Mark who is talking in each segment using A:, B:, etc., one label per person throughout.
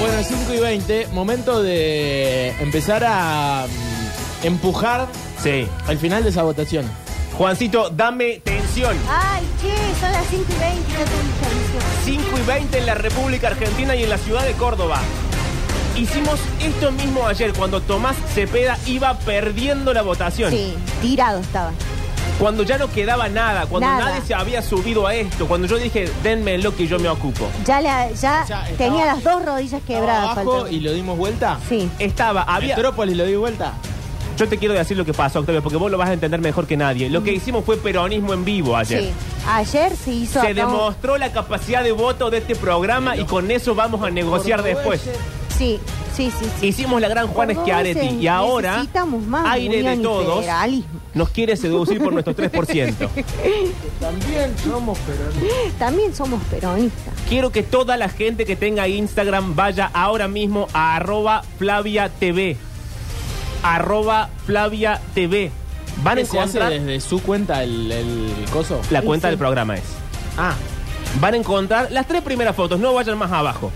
A: Bueno, 5 y 20, momento de empezar a mm, empujar
B: Sí.
A: al final de esa votación.
B: Juancito, dame tensión.
C: Ay, che, son las 5 y 20, no tengo intención.
B: 5 y 20 en la República Argentina y en la ciudad de Córdoba. Hicimos esto mismo ayer cuando Tomás Cepeda iba perdiendo la votación.
C: Sí, tirado estaba.
B: Cuando ya no quedaba nada, cuando
C: Nada.
B: nadie se había subido a esto, cuando yo dije, denme lo que yo me ocupo.
C: Ya, la, ya
A: Ya estaba-
C: tenía las dos rodillas quebradas.
A: Abajo
C: faltaba.
A: y lo dimos vuelta.
C: Sí.
B: Estaba, había.
A: Metrópolis lo di vuelta.
B: Yo te quiero decir lo que pasó, Octavio, porque vos lo vas a entender mejor que nadie. Lo que hicimos fue peronismo en vivo ayer.
C: Sí. Ayer se hizo.
B: Se
C: acá un-
B: demostró la capacidad de voto de este programa y con eso vamos a negociar después.
C: Sí, sí, sí. sí.
B: Hicimos la gran Juan
C: Por dos
B: Schiaretti
C: veces
B: y ahora
C: necesitamos más
B: aire de
C: unión y
B: todos
C: federalismo.
B: nos quiere seducir por nuestro 3%.
A: También somos peronistas.
C: También somos peronistas.
B: Quiero que toda la gente que tenga Instagram vaya ahora mismo a arroba Flavia TV. Arroba Flavia TV. Van a
A: ¿Se hace
B: encontrar
A: desde su cuenta el, el coso?
B: la
C: Sí,
B: cuenta
C: sí.
B: del programa es.
A: Ah,
B: Van a encontrar las tres primeras fotos, no vayan más abajo.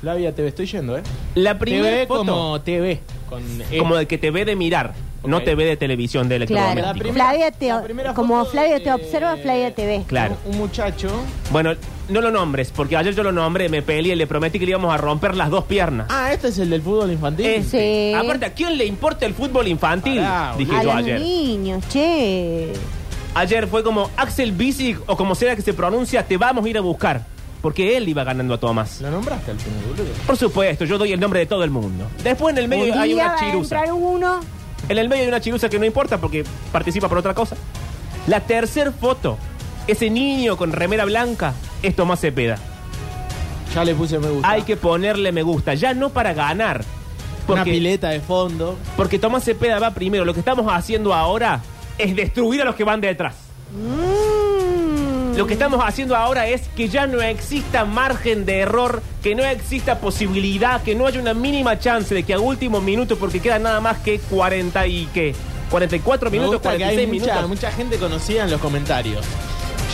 A: Flavia TV, estoy yendo, ¿eh?
B: La primera
A: TV
B: foto como,
A: como TV. Con E.
B: de que te ve de mirar, no
A: Ok.
B: te ve de televisión de
C: Claro.
A: La
B: electrodoméstico.
A: primera-
C: Flavia te,
A: la primera
C: como
A: foto,
C: Flavia te
A: eh,
C: observa, Flavia te ve.
B: Claro.
A: Un, un muchacho.
B: Bueno, no lo nombres, porque ayer yo lo nombré, me peleé, le prometí que le íbamos a romper las dos piernas.
A: Ah, este es el del fútbol infantil.
B: Este.
C: Sí.
B: Aparte, ¿a quién le importa el fútbol infantil?
A: Pará,
B: Dije
C: A
B: yo
C: los
B: ayer.
C: niños, che.
B: Ayer fue como Axel Bisic o como sea que se pronuncia, te vamos a ir a buscar. Porque él iba ganando a Tomás.
A: ¿Lo nombraste al final, boludo?
B: Por supuesto, yo doy el nombre de todo el mundo. Después en el medio
C: Un
B: hay
C: día
B: una
C: va a
B: chirusa.
C: entrar uno.
B: En el medio hay una chirusa que no importa porque participa por otra cosa. La tercer foto, ese niño con remera blanca, es Tomás Cepeda.
A: Ya le puse me gusta.
B: Hay que ponerle me gusta, ya no para ganar.
A: Una
B: Porque
A: pileta de fondo.
B: Porque Tomás Cepeda va primero. Lo que estamos haciendo ahora es destruir a los que van detrás.
C: Mm.
B: Lo que estamos haciendo ahora es que ya no exista margen de error, que no exista posibilidad, que no haya una mínima chance de que a último minuto, porque quedan nada más que 40 y que 44
A: Me
B: minutos,
A: gusta que hay
B: 46 minutos.
A: mucha, mucha gente conocida en los comentarios.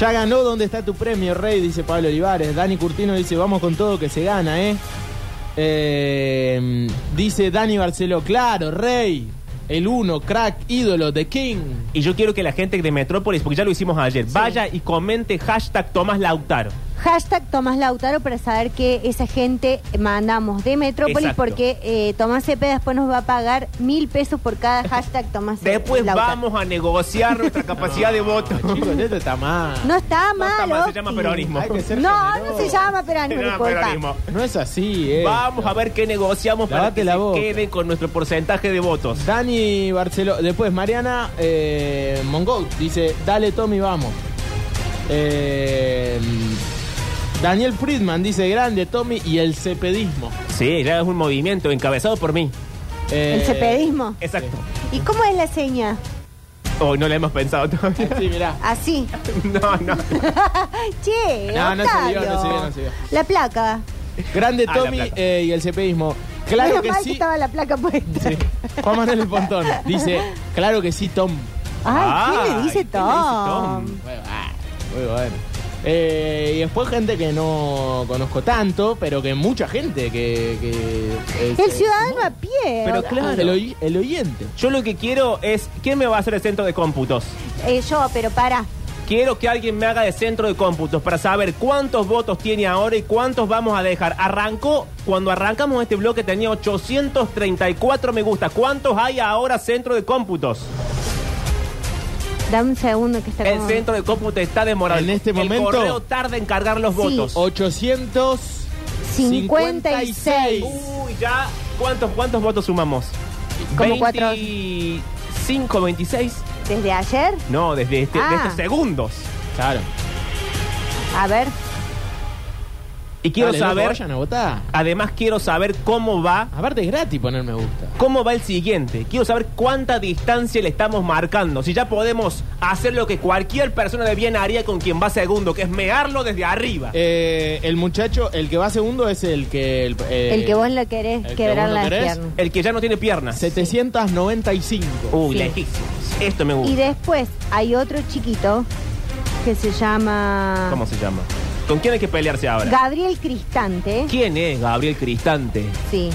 A: Ya ganó ¿Dónde está tu premio, Rey? Dice Pablo Olivares. Dani Curtino dice, vamos con todo que se gana, ¿eh? Eh, dice Dani Barceló, claro, Rey. El uno, crack, ídolo, The King.
B: Y yo quiero que la gente de Metrópolis, porque ya lo hicimos ayer, vaya y comente hashtag Tomás Lautaro.
C: Hashtag Tomás Lautaro para saber que esa gente mandamos de Metrópolis
B: Exacto.
C: porque eh, Tomás Cepeda después nos va a pagar mil pesos por cada hashtag Tomás Cepeda.
B: Después
C: Lautaro.
B: vamos a negociar nuestra capacidad de voto.
A: Ah, Chicos, esto está mal.
C: No está
B: No
C: mal.
B: está mal, se
C: Octi.
B: llama peronismo.
A: Hay que ser
C: No,
A: generoso.
C: no se llama peronismo.
B: Era
C: disculpa.
B: peronismo.
A: No es así, ¿eh?
B: Vamos a ver qué negociamos para
A: Lavate
B: que
A: la
B: se
A: boca.
B: queden con nuestro porcentaje de votos.
A: Dani Barceló. Después, Mariana eh, Mongol dice: Dale, Tommy, vamos. Eh, Daniel Friedman dice: Grande, Tommy, y el cepedismo.
B: Sí, ya es un movimiento encabezado por mí.
A: Eh,
C: El cepedismo.
B: Exacto.
C: ¿Y cómo es la seña?
B: Hoy no la hemos pensado todavía.
A: Sí, mirá.
C: Así.
B: No, no.
C: Che,
A: No, no se vio,
C: Octavio.
A: no se vio, no se vio.
C: La placa.
A: Grande,
B: Ah, la
A: Tommy,
B: plata.
A: eh, y el cepedismo. Claro
C: Menos
A: que
C: mal que
A: sí.
C: estaba la placa puesta.
A: Sí. Juan Manuel Pontón dice: Claro que sí, Tom.
C: Ay,
B: Ay,
C: ¿quién le dice
B: ¿quién le dice Tom?
C: Tom?
A: Muy bueno, ah, muy bueno. Eh, y después gente que no conozco tanto, pero que mucha gente que... que, eh,
C: El
A: se-
C: ciudadano a pie.
B: Pero
C: Octavio.
B: claro.
A: El, oy- el oyente.
B: Yo lo que quiero es. ¿Quién me va a hacer el centro de cómputos?
C: Eh, yo, pero para.
B: Quiero que alguien me haga de centro de cómputos para saber cuántos votos tiene ahora y cuántos vamos a dejar. Arrancó, cuando arrancamos este bloque tenía 834 me gusta. ¿Cuántos hay ahora centro de cómputos?
C: Dame un segundo que está
B: El
C: como-
B: centro de cómputo está demorado.
A: En este
B: El
A: momento-
B: correo tarda en cargar los
C: Sí.
B: votos.
A: 800...
C: 56.
B: Uy, ya. ¿Cuántos, cuántos votos sumamos?
C: Como cuatro.
B: 25, 26.
C: ¿Desde ayer?
B: No, desde este,
C: Ah.
B: de estos segundos.
A: Claro.
C: A ver.
B: Y quiero
A: Dale, loco,
B: saber,
A: vayan a votar.
B: además quiero saber cómo va,
A: Aparte es gratis poner me gusta.
B: cómo va el siguiente. Quiero saber cuánta distancia le estamos marcando. Si ya podemos hacer lo que cualquier persona de bien haría con quien va segundo, que es mearlo desde arriba.
A: Eh, el muchacho, el que va segundo es el que... El, eh,
C: el que vos lo querés
A: el que
C: quebrar
A: vos lo
C: las
A: querés.
C: piernas.
B: El que ya no tiene piernas.
A: 795.
B: Uy,
C: Sí.
B: lejísimos. Esto me
C: Y
B: gusta.
C: después hay otro chiquito que se llama.
B: ¿Cómo se llama? ¿Con quién hay que pelearse ahora?
C: Gabriel Cristante,
B: ¿Quién es Gabriel Cristante?
C: sí,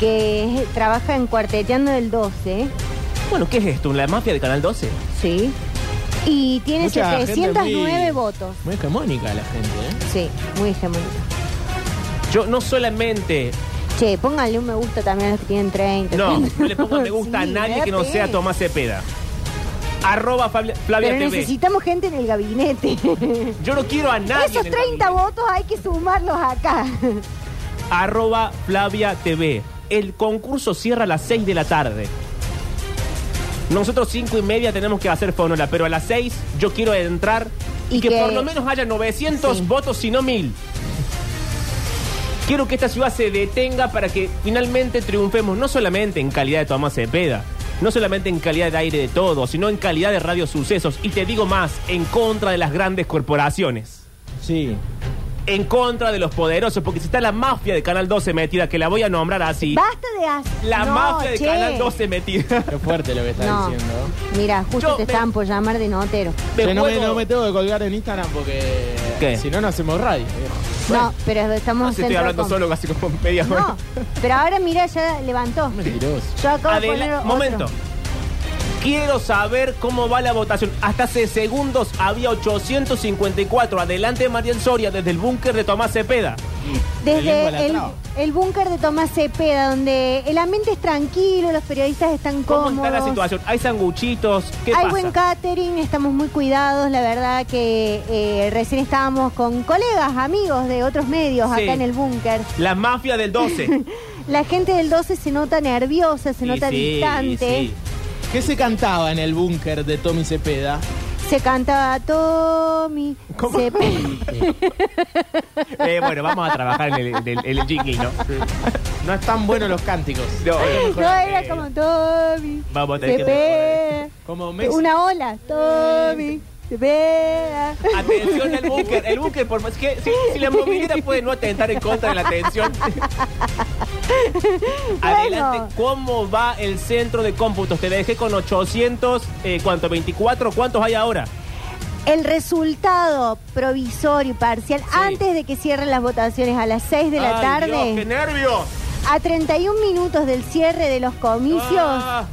C: que es- trabaja en Cuarteteando del 12,
B: Bueno, ¿qué es esto? ¿La mafia de Canal 12?
C: sí, y tiene
A: Mucha gente
C: 709
A: muy-
C: votos.
A: Muy hegemónica la gente, ¿eh?
C: Sí, muy hegemónico.
B: Yo no solamente
C: Che, pónganle un me gusta también a los que tienen 30.
B: No, no le pongo me gusta
C: Sí,
B: a nadie que no
C: espérate.
B: sea Tomás Cepeda. Arroba Fabli- Flavia
C: Pero
B: TV.
C: necesitamos gente en el gabinete.
B: Yo no quiero a nadie.
C: Esos
B: en
C: 30
B: el gabinete.
C: votos hay que sumarlos acá.
B: Arroba Flavia TV. El concurso cierra a las 6 de la tarde. Nosotros 5 y media tenemos que hacer fonola, pero a las 6 yo quiero entrar y,
C: Y
B: que,
C: que-
B: por lo menos haya 900
C: Sí.
B: votos, si no 1000. Quiero que esta ciudad se detenga para que finalmente triunfemos, no solamente en calidad de Tomás Cepeda, no solamente en calidad de aire de todo, sino en calidad de radio sucesos. Y te digo más, en contra de las grandes corporaciones,
A: Sí.
B: en contra de los poderosos, porque si está la mafia de Canal 12 metida, que la voy a nombrar así,
C: Basta de hacer.
B: la
C: No,
B: mafia de
C: che.
B: Canal 12 metida.
A: Qué fuerte lo que está
C: No.
A: diciendo.
C: Mira, justo
B: Yo
C: te
B: me-
C: estaban por llamar de notero.
B: Me
A: Yo no, me,
B: juego-
A: no me tengo que colgar en Instagram porque
B: ¿Qué?
A: si no, no hacemos radio.
C: no, pero estamos
B: No sé, Ah, estoy
C: centro
B: hablando
C: com.
B: solo casi como media hora.
C: No, pero ahora mira, ya levantó.
A: Mentiroso.
C: Yo acabo de
B: Adela-
C: poner otro.
B: momento. Quiero saber cómo va la votación. Hasta hace segundos había 854. Adelante Mariel Soria desde el búnker de Tomás Cepeda.
A: Lengua la
C: Desde el,
A: traba.
C: el búnker de Tomás Cepeda, donde el ambiente es tranquilo, los periodistas están
B: ¿Cómo
C: cómodos.
B: está la situación? ¿Hay sanguchitos? ¿Qué
C: Hay
B: pasa?
C: buen catering, estamos muy cuidados. La verdad que eh, recién estábamos con colegas, amigos de otros medios
B: Sí.
C: acá en el búnker.
B: La mafia del 12.
C: La gente del 12 se nota nerviosa, se
B: Y
C: nota
B: sí,
C: distante.
B: y sí.
A: ¿Qué se cantaba en el búnker de Tommy Cepeda?
C: Se cantaba Tommy.
B: ¿Cómo?
C: se pe-
B: Eh, bueno, vamos a trabajar en el, en el- en el jingle, ¿no?
A: No están buenos los cánticos.
B: No, eh,
C: No era como Tommy.
B: Vamos a tener
C: se
B: que
C: pe-
A: Como Messi.
C: Una ola. Tommy. Se pega.
B: Atención al búnker. El búnker, por más que si, si la movilidad puede no atentar en contra de la atención. Adelante, ¿cómo va el centro de cómputos? Te dejé con 800, eh, ¿cuánto? ¿24? ¿Cuántos hay ahora?
C: El resultado provisorio y parcial, antes de que cierren las votaciones a las 6 de la
B: Ay,
C: tarde.
B: Dios, ¡Qué nervios!
C: A 31 minutos del cierre de los comicios,
B: Ah,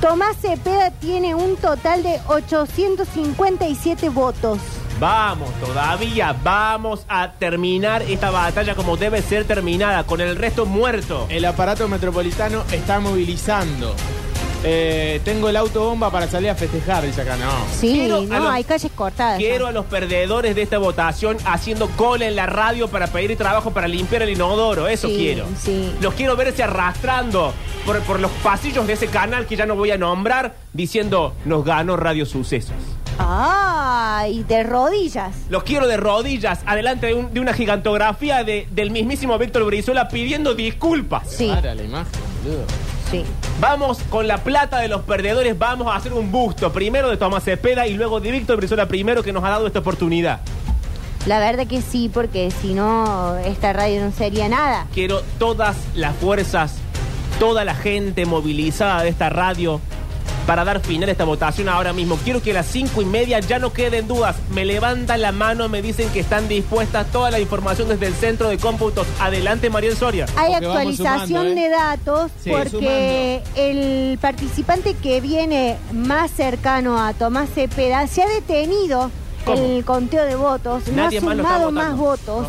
C: Tomás Cepeda tiene un total de 857 votos.
B: vamos, todavía vamos a terminar esta batalla como debe ser terminada, con el resto muerto.
A: El aparato metropolitano está movilizando. Eh, tengo el autobomba para salir a festejar, dice acá. No.
C: Sí,
B: Quiero a
C: no,
B: los-
C: hay calles cortadas.
B: Quiero
C: ya.
B: a los perdedores de esta votación haciendo cola en la radio para pedir trabajo para limpiar el inodoro. Eso
C: Sí,
B: quiero.
C: sí.
B: Los quiero verse arrastrando por, por los pasillos de ese canal que ya no voy a nombrar diciendo nos ganó Radio Sucesos.
C: Ay, de rodillas.
B: Los quiero de rodillas, adelante de, un- de una gigantografía de- del mismísimo Víctor Brizuela pidiendo disculpas.
C: Sí,
A: Para la imagen, boludo.
C: sí.
B: Vamos con la plata de los perdedores, vamos a hacer un busto, primero de Tomás Cepeda y luego de Víctor Brizuela primero que nos ha dado esta oportunidad.
C: La verdad que sí, porque si no, esta radio no sería nada.
B: Quiero todas las fuerzas, toda la gente movilizada de esta radio para dar final a esta votación ahora mismo. Quiero que a las cinco y media ya no queden dudas. Me levantan la mano, me dicen que están dispuestas toda la información desde el centro de cómputos. Adelante, Mariel Soria.
C: Hay
A: Porque vamos
C: actualización
A: sumando, ¿eh?
C: de datos
A: Sí,
C: porque el participante que viene más cercano a Tomás Cepeda se ha detenido
B: ¿Cómo?
C: el conteo de votos,
B: Nadie
C: no
B: más
C: ha
B: lo está
C: sumado más
B: votando.
C: votos,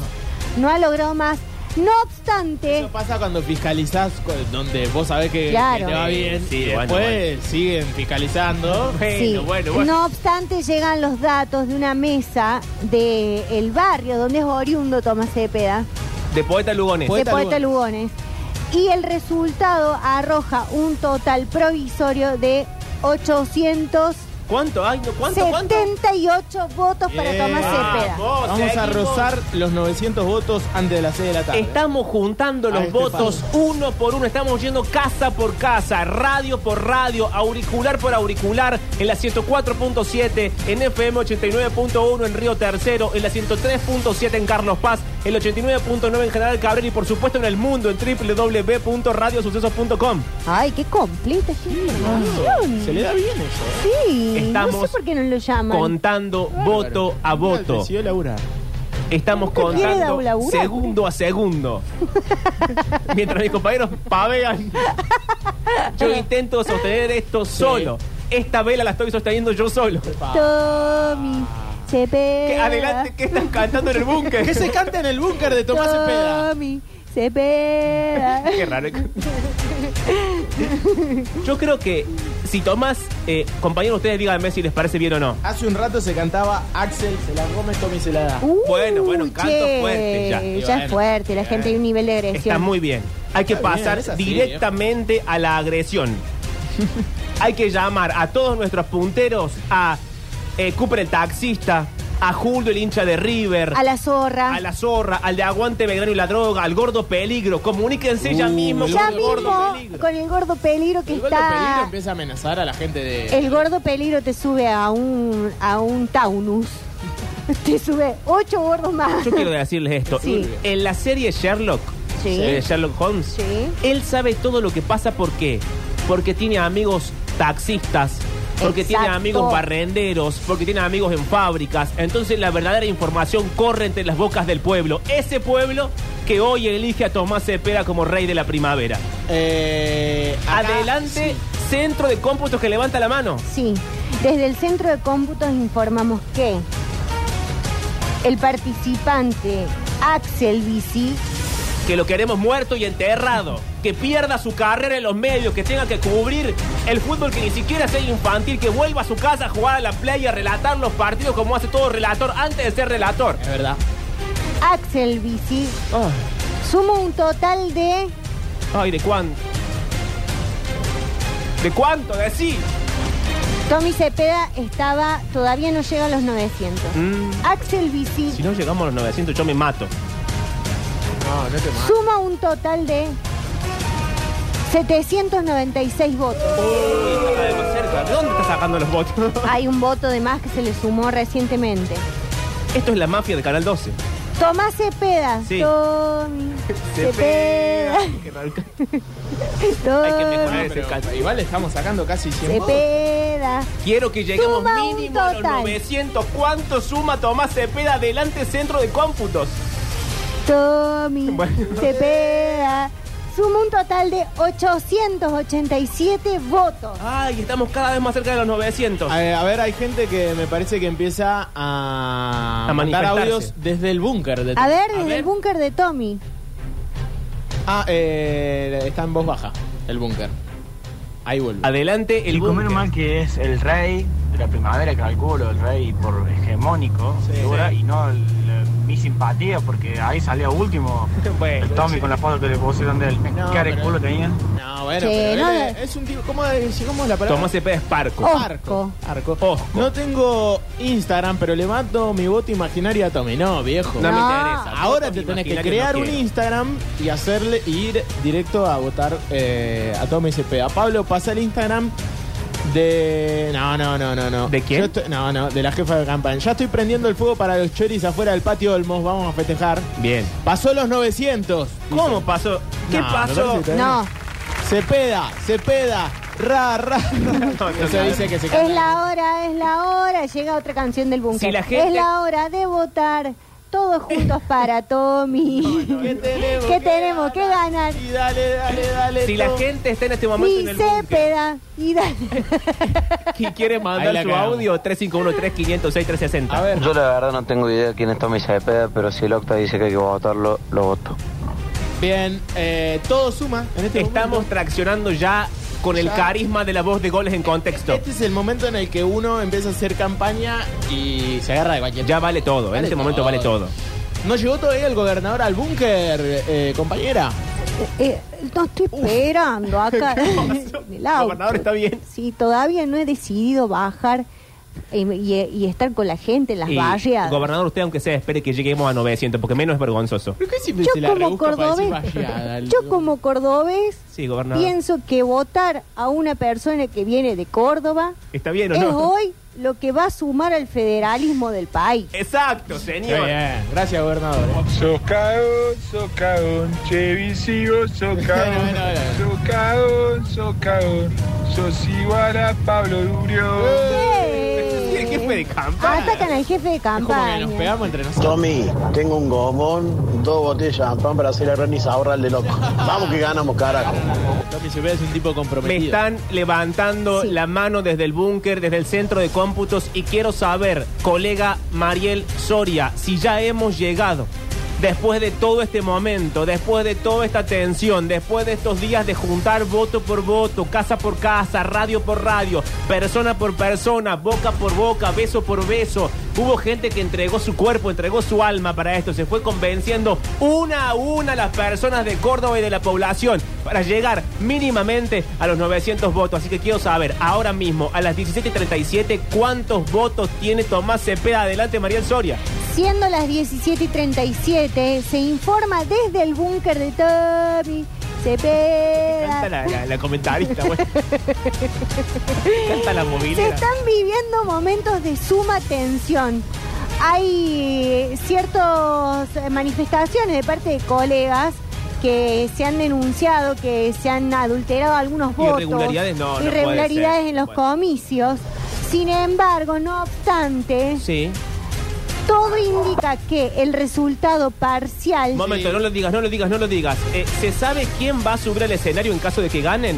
C: no ha logrado más. No obstante,
A: Eso pasa cuando fiscalizás, cu- donde vos sabés que, que
C: Claro.
A: te va bien.
B: Sí,
A: y
B: bueno,
A: después siguen fiscalizando.
C: sí,
B: Bueno, bueno, bueno.
C: no obstante llegan los datos de una mesa del barrio donde es oriundo Tomás Cepeda.
B: De Poeta Lugones.
A: Poeta
C: de Poeta
A: Lugones.
C: Lugones. Y el resultado arroja un total provisorio de 800.
B: ¿Cuánto? Ay, no, ¿cuánto? ¿Cuánto?
C: 78 votos para
A: Bien.
C: Tomás Cepeda.
B: Vamos.
A: Vamos a
B: seguimos.
A: rozar los 900 votos antes de las 6 de la tarde.
B: Estamos juntando los
A: Ahí te
B: votos
A: paso.
B: uno por uno, estamos yendo casa por casa, radio por radio, auricular por auricular, en la 104.7, en FM 89.1 en Río Tercero, en la 103.7 en Carlos Paz, el 89.9 en General Cabrera y por supuesto en el mundo en www.radiosucesos.com.
C: Ay, qué completa esta información.
A: Se le da bien eso.
C: Sí, no
B: Estamos
C: sé por qué no lo llaman.
B: Contando voto a voto.
A: Decidió laburar.
B: Estamos
C: ¿Nunca quiere dar
B: contando
C: un laburo?
B: segundo a segundo. Mientras mis compañeros pavean, yo intento sostener esto solo. Esta vela la estoy sosteniendo yo solo.
A: Eh.
C: Tommy, se pega.
B: ¿Qué- adelante, ¿qué están cantando en el búnker?
A: Que se canta en el búnker de Tomás Cepeda.
C: Tommy, se pega.
B: Qué raro. Yo creo que si Tomás, eh, compañero, ustedes díganme si les parece bien o no.
A: Hace un rato se cantaba Axel, se la come, Tommy se la da.
C: Uh,
B: Bueno, bueno, canto
C: che,
B: fuerte ya. eh,
A: Y
C: es
A: bueno,
C: fuerte, la gente hay un nivel de agresión.
B: Está muy bien. Hay que
A: Está bien,
B: pasar
A: es así,
B: directamente a la agresión. Hay que llamar a todos nuestros punteros, a eh, Cooper el taxista, a Julio el hincha de River,
C: A la zorra.
B: a la zorra, al de Aguante Belgrano y la droga, al gordo peligro. Comuníquense ya
A: Uh,
B: mismo
A: el
C: ya
B: con el
C: mismo
B: gordo peligro.
C: con el gordo peligro que
A: El gol de peligro
C: está.
A: empieza a amenazar a la gente de.
C: El gordo peligro te sube a un a un taunus. te sube ocho gordos más.
B: Yo quiero decirles esto.
C: Sí.
B: En la serie Sherlock,
C: Sí.
B: eh, Sherlock Holmes,
C: Sí.
B: él sabe todo lo que pasa. ¿Por qué? Porque tiene amigos taxistas, porque tiene
C: Exacto.
B: amigos barrenderos, porque tiene amigos en fábricas. Entonces la verdadera información corre entre las bocas del pueblo. Ese pueblo que hoy elige a Tomás Cepeda como rey de la primavera.
A: Eh, acá-
B: Adelante, centro de cómputos que levanta la mano.
C: Sí, desde el centro de cómputos informamos que el participante Axel Bici,
B: que lo queremos muerto y enterrado, que pierda su carrera en los medios, que tenga que cubrir el fútbol que ni siquiera sea infantil, que vuelva a su casa a jugar a la playa, a relatar los partidos como hace todo relator antes de ser relator.
A: Es verdad.
C: Axel Bici,
B: Ah,
C: suma un total de
B: Ay, ¿de cuánto? ¿De cuánto? De sí.
C: Tommy Cepeda estaba todavía no llega a los 900.
B: Mm,
C: Axel Bici
B: si no llegamos a los 900, yo me mato.
A: No, no te mato.
C: suma un total de 796 votos.
B: ¿De dónde está sacando los votos?
C: Hay un voto de más que se le sumó recientemente.
B: Esto es la mafia de Canal 12.
C: Tomás Cepeda.
B: Sí.
C: Tommy Cepeda.
B: Qué raro.
C: Tommy
B: que mejorar
A: No, Ah, pero
B: Ese-
A: igual estamos sacando casi 100 votos.
C: Cepeda.
B: Quiero que lleguemos
C: Suma un
B: mínimo a los
C: total.
B: 900. ¿Cuánto suma Tomás Cepeda delante centro de cómputos?
C: Tommy
B: Bueno.
C: Cepeda. Suma un total de 887 votos.
B: Ay, estamos cada vez más cerca de los 900.
A: A, Eh, a ver, hay gente que me parece que empieza a,
B: A
A: mandar
B: manifestarse.
A: audios desde el búnker. de-
C: A ver, desde
B: ver.
C: el búnker de Tommy.
A: Ah, eh, está en voz baja, el búnker. Ahí vuelve.
B: Adelante el
D: Y comer
B: búnker.
D: mal que es el rey de la primavera, calculo, el rey por hegemónico,
A: Sí,
D: figura,
A: sí.
D: y no el- mi simpatía, porque ahí salía último
B: Bueno,
D: el Tommy
B: sí.
D: con la foto que le pusieron de él.
A: No,
D: cara de
A: pero-
D: culo tenía.
A: No, bueno,
C: Sí,
A: pero
C: no, eh.
A: él
C: no.
A: es, es un tipo. ¿Cómo es cómo es la palabra?
B: Tomás Cepeda es parco.
C: Oh.
A: Arco. Arco.
B: Osco.
A: No tengo Instagram, pero le mando mi voto imaginario a Tommy. No, viejo.
B: No, me
C: No.
B: interesa.
A: Ahora
B: Votos
A: te tenés que
B: imaginarios
A: crear
B: no
A: un
B: quiero.
A: Instagram y hacerle y ir directo a votar eh, a Tommy Cepeda. Pablo, pasa el Instagram de. No, no, no, no. no.
B: ¿De quién?
A: Yo estoy- No, no, de la jefa de campaña. Ya estoy prendiendo el fuego para los choris afuera del patio Olmos. Vamos a festejar.
B: Bien.
A: Pasó los 900.
B: ¿Cómo pasó? ¿Qué
A: No, me
B: pasó?
A: parece que-
C: No,
A: Cepeda, Cepeda, ra, ra.
B: no,
A: Eso
B: no.
A: dice que se
C: es la hora, es la hora. Llega otra canción del búnker.
B: Si la gente-
C: Es la hora de votar todos juntos para Tommy.
A: ¿Qué tenemos?
C: ¿Qué tenemos que ganar?
A: Y dale, dale, dale.
B: Si la
A: Tommy.
B: gente está en este momento
C: Mi
B: en el búnker
C: Cepeda. Y dale.
B: y quiere
A: Ahí
B: mandar
A: la
B: su
A: cagamos.
B: audio, 351-3506-360.
A: A ver.
E: Yo la verdad no tengo idea de quién es Tommy Cepeda, pero si el Octa dice que hay que votarlo, lo voto.
A: Bien, eh, todo suma. En este
B: Estamos
A: momento.
B: traccionando ya con el
A: Ya.
B: carisma de la voz de goles en contexto.
A: Este es el momento en el que uno empieza a hacer campaña y se agarra de cualquier.
B: Ya vale todo, en
A: Vale
B: este momento vale todo.
A: No llegó todavía el gobernador al búnker, eh, compañera.
C: Eh, no estoy esperando acá. en el auto.
B: Gobernador, ¿está bien?
C: Sí, todavía no he decidido bajar eh, y, y estar con la gente en las
B: Y,
C: barriadas.
B: Gobernador, usted aunque sea, espere que lleguemos a 900, porque menos es vergonzoso.
A: ¿Pero qué siempre se
C: Yo
A: la
C: como,
A: rebusca para decir
C: cordobés,
A: vagiada?
C: yo como cordobés
B: Sí, gobernador.
C: pienso que votar a una persona que viene de Córdoba
B: ¿Está bien o
C: es
B: no?
C: hoy lo que va a sumar al federalismo del país.
B: Exacto,
A: Qué
B: señor.
A: bien, gracias, gobernador. eh.
F: Sos cagón, sos cagón, che visivo, sos
A: Bueno,
F: cagón,
A: bueno, bueno.
F: sos cagón, sos cagón, sos igual a Pablo Durio.
C: ¡Eh!
B: ¿Qué jefe de campaña.
C: Atacan al jefe de
A: Es como que
C: campaña.
A: nos pegamos entre nosotros.
G: Tommy, tengo un gomón, dos botellas de champán para hacer a Renny Saurral de loco. Vamos que ganamos, carajo.
A: Tommy Cepeda es un tipo
B: Me
A: comprometido. Ah,
B: están levantando
C: Sí.
B: la mano desde el búnker, desde el centro de cómputos y quiero saber, colega Mariel Soria, si ya hemos llegado. Después de todo este momento, después de toda esta tensión, después de estos días de juntar voto por voto, casa por casa, radio por radio, persona por persona, boca por boca, beso por beso, hubo gente que entregó su cuerpo, entregó su alma para esto, se fue convenciendo una a una las personas de Córdoba y de la población para llegar mínimamente a los 900 votos. Así que quiero saber ahora mismo, a las 17.37, cuántos votos tiene Tomás Cepeda. Adelante, Mariel Soria.
C: Siendo las 17 y 37, se informa desde el búnker de Tommy
B: Canta
C: Cepeda.
B: la, la- la comentarista, güey. Canta la
C: Se
B: movilidad.
C: están viviendo momentos de suma tensión. Hay ciertas eh, manifestaciones de parte de colegas que se han denunciado, que se han adulterado algunos votos.
B: Irregularidades, no, no puede
C: Irregularidades
B: ser.
C: en los
B: Bueno.
C: comicios. Sin embargo, no obstante,
B: Sí.
C: todo indica que el resultado parcial...
B: Momento, no lo digas, no lo digas, no lo digas. Eh, ¿Se sabe quién va a subir al escenario en caso de que ganen?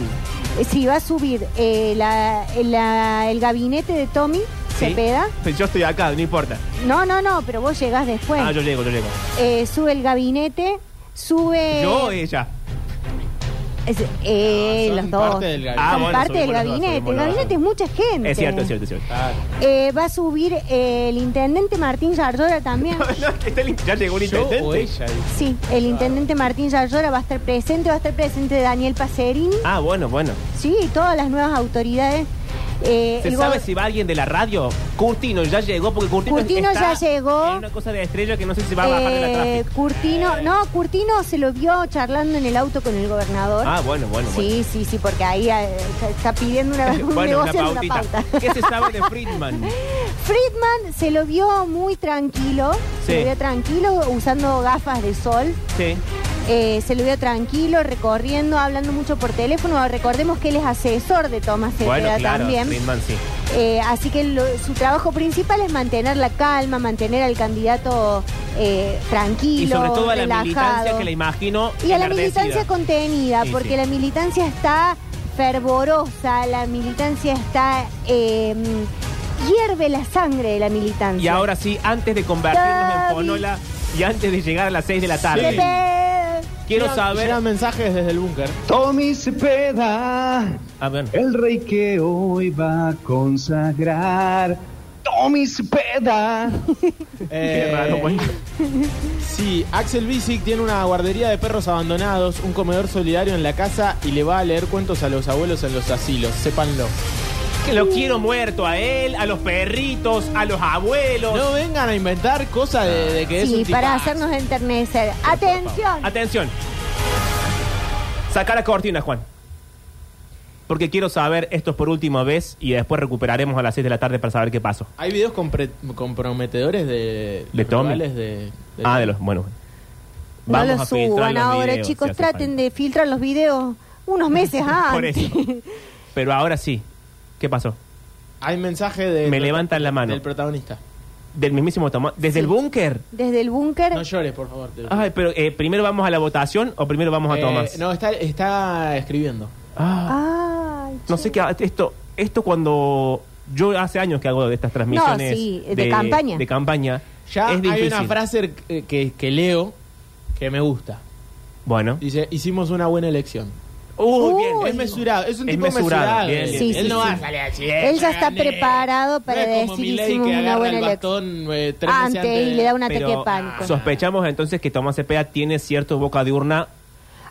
C: Si va a subir eh, la- la- el gabinete de Tommy
B: ¿Sí?
C: Cepeda.
B: Pues yo estoy acá, no importa.
C: No, no, no, pero vos llegás después.
B: Ah, yo llego, yo llego.
C: Eh, sube el gabinete, sube.
B: Yo eh. Ah, o ella.
C: es- eh,
A: No, son
C: los dos.
A: parte del gabinete.
B: Ah,
C: Son
B: bueno,
C: parte del
B: subimos los dos,
C: gabinete.
B: subimos los
C: el
B: dos.
C: gabinete es mucha gente.
B: Es cierto, es cierto, es cierto.
A: Ah,
C: Eh, va a subir eh, el intendente Martín Yarlora también.
B: No, está el- ya llegó un
A: yo
B: intendente.
A: o ella. dice.
C: sí, el intendente Martín Yarlora va a estar presente, va a estar presente Daniel Pacerini.
B: Ah, bueno, bueno.
C: Sí, y todas las nuevas autoridades. Eh,
B: ¿Se
C: el
B: sabe
C: go-
B: si va alguien de la radio? Curtino ya llegó, porque Curtino,
C: Curtino
B: está
C: ya llegó.
B: en una cosa de estrella que no sé si va a bajar de la
C: Eh,
B: tráfico.
C: Curtino, no, Curtino se lo vio charlando en el auto con el gobernador.
B: Ah, bueno, bueno, bueno.
C: Sí, sí, sí, porque ahí eh, está- está pidiendo una, un
B: Bueno, una
C: negocio de una
B: pautita.
C: pauta.
B: ¿Qué se sabe de Friedman?
C: Friedman se lo vio muy tranquilo, se
B: Sí.
C: lo vio tranquilo usando gafas de sol,
B: Sí.
C: eh, se lo vio tranquilo recorriendo, hablando mucho por teléfono. Recordemos que él es asesor de Tomás Cepeda
B: Bueno, claro,
C: también.
B: Friedman sí.
C: Eh, así que lo- su trabajo principal es mantener la calma, mantener al candidato eh, tranquilo,
B: Y sobre todo a la
C: relajado.
B: militancia que la imagino.
C: Y a la
B: enardecida.
C: militancia contenida,
B: Sí,
C: porque
B: sí.
C: la militancia está fervorosa, la militancia está... eh, hierve la sangre de la militancia.
B: Y ahora sí, antes de convertirnos
C: Gaby.
B: en Ponola y antes de llegar a las 6 de la tarde,
A: Sí.
C: Pepe.
B: quiero
A: Llegan-
B: saber.
A: Llegan mensajes desde el búnker.
H: Tommy Cepeda,
B: Ah, bueno.
H: el rey que hoy va a consagrar. Tommy Cepeda.
A: Eh,
B: Qué raro, pues. güey.
A: Sí, Axel Bisic tiene una guardería de perros abandonados, un comedor solidario en la casa y le va a leer cuentos a los abuelos en los asilos, sépanlo.
B: Que Lo quiero muerto a él, a los perritos, a los abuelos.
A: No vengan a inventar cosas de, de que es
C: Sí,
A: un
C: para
A: tipazo.
C: hacernos enternecer. Atención.
B: Atención. Saca la cortina, Juan. Porque quiero saber esto por última vez y después recuperaremos a las 6 de la tarde para saber qué pasó.
A: Hay videos compre- comprometedores de...
B: De Tommy.
A: rivales De, de-
B: Ah, de los. Bueno.
C: No
B: Vamos
C: lo
B: a filtrar
C: suban
B: los
C: ahora,
B: videos,
C: chicos.
B: si hace
C: traten
B: falta.
C: de filtrar los videos unos meses antes.
B: Por eso. Pero ahora sí. ¿Qué pasó?
A: Hay mensaje de...
B: Me levantan la mano.
A: Del protagonista.
B: Del mismísimo Tomás. Desde el búnker.
C: Desde el búnker.
A: No llores, por favor. te-
B: Ay, pero eh, primero vamos a la votación o primero vamos a
A: Eh,
B: Tomás.
A: No, está, está escribiendo.
B: Ah,
C: Ay,
B: no
C: che.
B: sé qué esto esto cuando yo hace años que hago de estas transmisiones
C: sí, de campaña.
B: de campaña
A: Ya
B: es
A: hay
B: difícil.
A: una frase que, que- que leo que me gusta.
B: Bueno.
A: Dice, hicimos una buena elección.
B: Uh,
C: Uy.
B: bien.
A: Es mesurado, es un
B: Es
A: tipo
B: mesurado,
A: mesurado.
B: bien,
A: él.
B: bien,
C: Sí,
A: él
C: sí,
A: no
C: sí.
A: va a salir así.
B: Eh,
C: Él ya está
A: gané.
C: preparado para
A: no es como
C: decir,
A: Milei
C: hicimos
A: que
C: una
A: agarra
C: buena
A: el
C: elección.
A: batón, eh, tres meses
C: Antes y
A: de-
C: le da un ataque
B: Pero
C: de pánico.
B: sospechamos entonces que Tomás Cepeda tiene cierto boca de urna.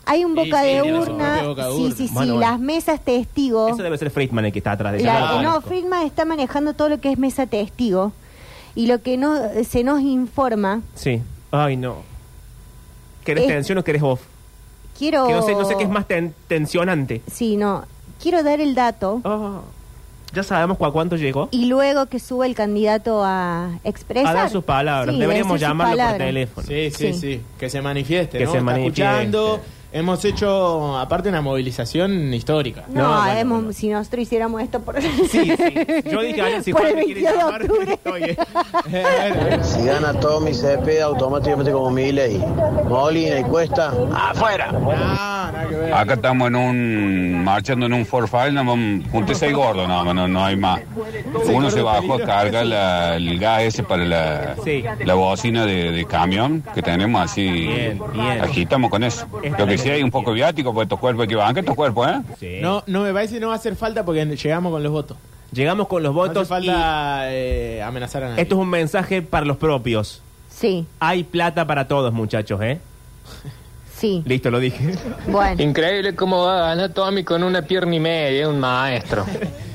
C: Hay un
A: Sí,
C: boca
A: sí,
C: de
A: tiene su
C: urna.
A: propia boca de
C: Sí,
A: urna.
C: sí, sí.
B: Bueno, bueno.
C: Las mesas testigos.
B: Eso debe ser Friedman el que está atrás de
C: La-
B: ella.
A: Claro.
C: no,
B: lo conozco.
C: Friedman está manejando todo lo que es mesa testigo y lo que no se nos informa.
B: Sí. Ay, no. ¿Querés
C: Es-
B: tensión o querés off?
C: Quiero.
B: Que no sé, no sé qué es más ten- tensionante.
C: Sí, no. Quiero dar el dato
B: Ah, Ya sabemos cu- a cuánto llegó.
C: y luego que suba el candidato a expresar.
B: A dar sus palabras.
C: Sí,
B: Deberíamos
C: decir sus
B: llamarlo por
C: palabras.
B: teléfono.
A: Sí, sí, sí,
C: Sí.
A: Que se manifieste,
B: Que
A: ¿no?
B: se
A: Está
B: manifieste.
A: escuchando, Hemos hecho, aparte, una movilización histórica.
C: No,
B: bueno,
C: hemos-
B: bueno.
C: si nosotros hiciéramos esto por,
B: Sí, sí. Yo dije, alguien si
C: por
B: Juan
C: el
B: me quiere
C: 22 de
B: llamar,
C: octubre.
B: estoy, eh.
A: Eh, bueno,
G: Si gana Tommy Cepeda, automáticamente como Miley. Molina y Cuesta, afuera.
A: no, nada que ver.
I: Acá estamos en un. marchando en un Ford Falcon, vamos, junté seis gordos, no, no, no hay más. Uno se bajó a cargar la- el gas ese para la,
B: Sí.
I: la bocina de, de camión que tenemos así.
B: Bien, bien.
I: Agitamos con eso. Lo que sí hay un poco de viático por estos cuerpos que van, que estos cuerpos, ¿eh?
B: Sí.
A: No, no me parece que no va a hacer falta porque llegamos con los votos.
B: Llegamos con los
A: No hace
B: votos.
A: falta eh, amenazar a
B: y
A: nadie.
B: esto es un mensaje para los propios.
C: Sí,
B: Hay plata para todos, muchachos, ¿eh?
C: sí.
B: Listo, lo dije.
C: Bueno,
J: Increíble cómo va a ganar Tommy con una pierna y media, es un maestro.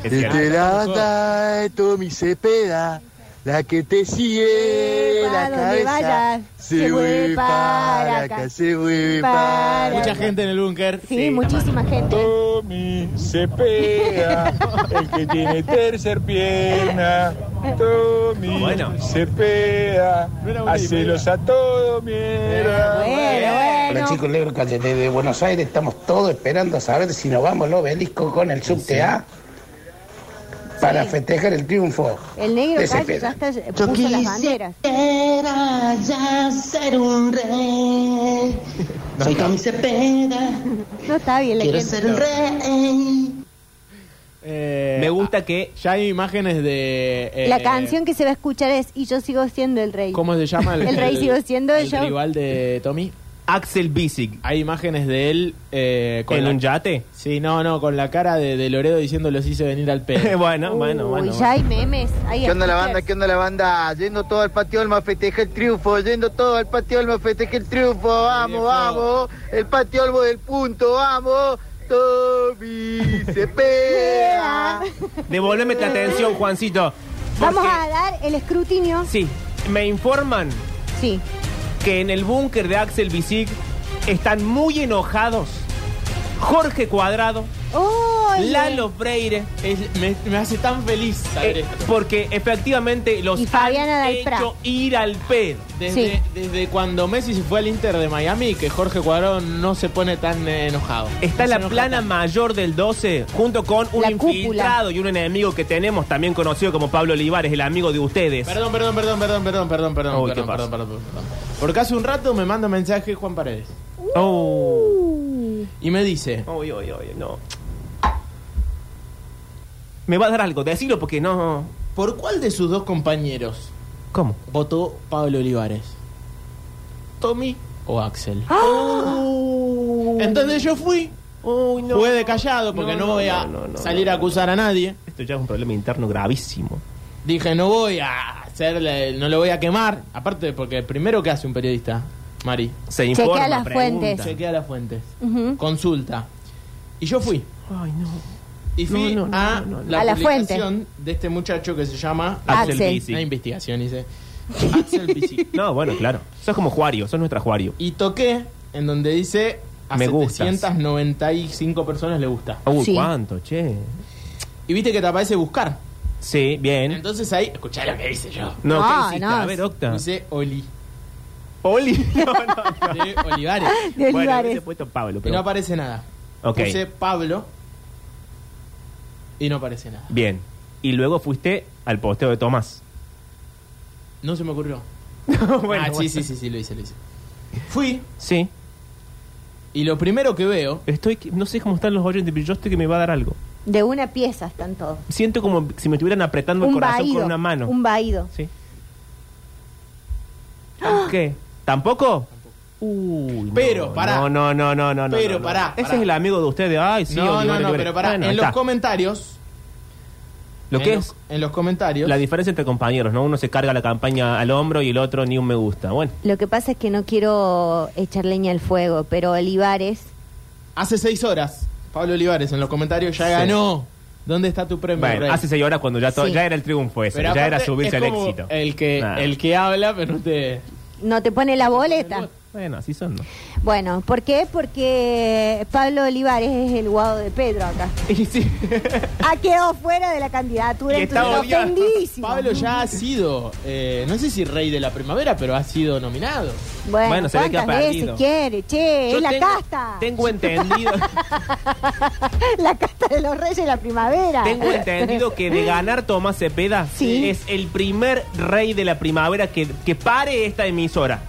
B: Es cierto.
G: anda Tommy Cepeda, la que te sigue
C: Sepa Eh, la dónde cabeza, vayas, se se mueve mueve para para acá, acá,
G: se mueve
C: para
A: Mucha
C: acá.
A: gente en el búnker.
C: sí, Oh, muchísima gente.
F: Tommy Cepeda, el que tiene tercer pierna. Tommy
B: Bueno.
F: Cepeda,
A: No era buena
F: hacelos a todo mierda.
C: Bueno,
J: Hola
C: bueno.
J: chicos, Negro Calderé de Buenos Aires, estamos todos esperando a saber si nos vamos al obelisco con el subte A para festejar el triunfo.
C: El negro
J: de
C: calle ya
J: Cepeda.
C: está, eh, puso las banderas.
J: Era ya ser un rey. Soy Tommy Cepeda,
C: No está bien la gente.
J: rey.
A: Eh,
B: Me gusta que.
A: Ya hay imágenes de. eh,
C: La canción que se va a escuchar es Y yo sigo siendo el rey.
A: ¿Cómo se llama?
C: El rey sigue siendo
A: el
C: yo.
A: rival de Tommy.
B: Axel Bisig.
A: Hay imágenes de él eh, con
B: ¿En
A: la-
B: un yate?
A: Sí, no, no, con la cara de, de Loredo diciendo los hice venir al
B: bueno,
A: pelo.
B: bueno, bueno,
C: Uy,
B: bueno.
C: ya hay memes. Hay
E: ¿Qué onda la
C: stickers.
E: banda? ¿Qué onda la banda? Yendo todo al patio Olma, festeja el triunfo. Yendo todo al patio Olma, festeja el triunfo. Vamos,
A: viejo.
E: vamos. El patio Olmo del punto, vamos. Tommy Cepeda.
B: Devuélveme tu atención, Juancito.
C: Vamos
B: porque-
C: a dar el escrutinio.
B: Sí, me informan
C: Sí.
B: que en el búnker de Axel Bisig están muy enojados Jorge Cuadrado,
C: ¡Ole!
B: Lalo Freire,
A: Es- me, me hace tan feliz saber
B: eh,
A: esto.
B: porque efectivamente los
C: Y Fabiana
B: han
C: Dalfra.
B: hecho ir al pedo.
A: Desde,
C: sí.
A: desde cuando Messi se fue al Inter de Miami, que Jorge Cuadrado no se pone tan eh, enojado.
B: Está
A: No se
B: la
A: enoja
B: plana
A: tanto.
B: mayor del 12, junto con un
C: La cúpula.
B: infiltrado y un enemigo que tenemos, también conocido como Pablo Olivares, el amigo de ustedes.
A: Perdón, perdón, perdón, perdón, perdón, perdón, perdón,
B: Uy, ¿qué
A: perdón,
B: pasa?
A: perdón, perdón, perdón. Porque hace un rato me manda un mensaje Juan Paredes
B: Oh.
A: y me dice,
B: Oye, oye, oye, no. Me va a dar algo, decirlo porque no.
A: ¿por cuál de sus dos compañeros
B: ¿Cómo?
A: votó Pablo Olivares? ¿Tommy o Axel?
B: Ah.
A: Oh. Entonces yo fui,
B: Uy, no.
A: jugué de callado porque no,
B: No, no,
A: voy a
B: no, no, no,
A: salir a
B: no, no.
A: acusar a nadie.
B: Esto ya es un problema interno gravísimo.
A: Dije, no voy a hacerle, no lo voy a quemar. Aparte, porque primero que hace un periodista, Mari,
B: Se
C: Chequea
B: informa,
C: las
B: pregunta.
C: fuentes.
A: se queda las fuentes,
C: Ujú.
A: consulta. Y yo fui.
B: Ay, no.
A: Y fui
B: No, no, no,
A: a
B: no, no, no.
A: la
C: A la
A: publicación de este muchacho que se llama
B: Axel
C: Axel.
B: Bisi.
A: Una investigación, dice. Axel Bisi.
B: No, bueno, claro. Sos como Juario, sos nuestra Juario.
A: Y toqué en donde dice a
B: Me gustas.
A: 795 personas le gusta.
B: Uy,
C: Sí.
B: cuánto, che.
A: Y viste que te aparece buscar.
B: Sí, bien.
A: Entonces ahí, escuchá lo que dice yo.
B: No,
C: No,
B: ¿qué hiciste?
C: Ah, no.
B: A ver, Octa.
A: Dice Oli.
B: Oli. No, no, no.
A: De Olivares.
C: De
B: Bueno,
C: Olivares.
B: hubiese puesto Pablo,
A: Y no
B: pero.
A: aparece nada.
B: Ok.
A: Puse Pablo. Y no aparece nada.
B: Bien. Y luego fuiste al posteo de Tomás.
A: No se me ocurrió. ah,
B: Bueno,
A: sí,
B: bueno.
A: sí, sí, sí, lo hice, lo hice. Fui
B: Sí.
A: y lo primero que veo
B: Estoy. que- No sé cómo están los oyentes, pero yo estoy que me va a dar algo.
C: De una pieza están todos.
B: Siento como si me estuvieran apretando el
C: Un
B: corazón
C: vaído.
B: con una mano.
C: Un vaído.
B: Sí. ¿Qué? ¿Tampoco? Uy, no,
A: Pero, pará.
B: No, no, no, no, no. no,
A: Pero,
B: no.
A: pará,
B: Ese
A: pará.
B: es el amigo de ustedes. Ay, sí,
A: no, no,
B: Olivares
A: no,
B: Olivares.
A: pero pará,
B: Bueno,
A: en
B: está.
A: los comentarios.
B: Lo
A: en
B: que
A: los-
B: es
A: En los comentarios.
B: la diferencia entre compañeros, ¿no? Uno se carga la campaña al hombro y el otro ni un me gusta. Bueno,
C: Lo que pasa es que no quiero echar leña al fuego, pero Olivares.
A: hace seis horas, Pablo Olivares en los comentarios ya
B: Sí.
A: ganó. ¿Dónde está tu premio?
B: bueno,
A: Rey?
B: hace seis horas cuando ya, to-
C: Sí.
B: ya era el triunfo ese,
A: Pero
B: ya
A: aparte
B: era subirse
A: es
B: al
A: como
B: éxito.
A: El que,
B: Nah.
A: el que habla, pero no te.
C: No te pone la boleta.
B: Bueno, así son, ¿no?
C: Bueno, ¿por qué? Porque Pablo Olivares es el guado de Pedro acá.
B: Y sí.
C: Ha quedado fuera de la candidatura,
B: Y está
C: entonces está
B: odiado.
C: ofendidísimo.
A: Pablo ya ha sido, eh, no sé si rey de la primavera, pero ha sido nominado.
C: Bueno,
B: Bueno, se ve que ha
C: ¿cuántas veces
B: perdido.
C: quiere? Che,
B: Yo
C: es la
B: tengo-
C: casta.
B: Tengo entendido,
C: La casta de los reyes de la primavera.
B: tengo entendido que de ganar Tomás Cepeda
C: Sí.
B: es el primer rey de la primavera que, que pare esta emisora.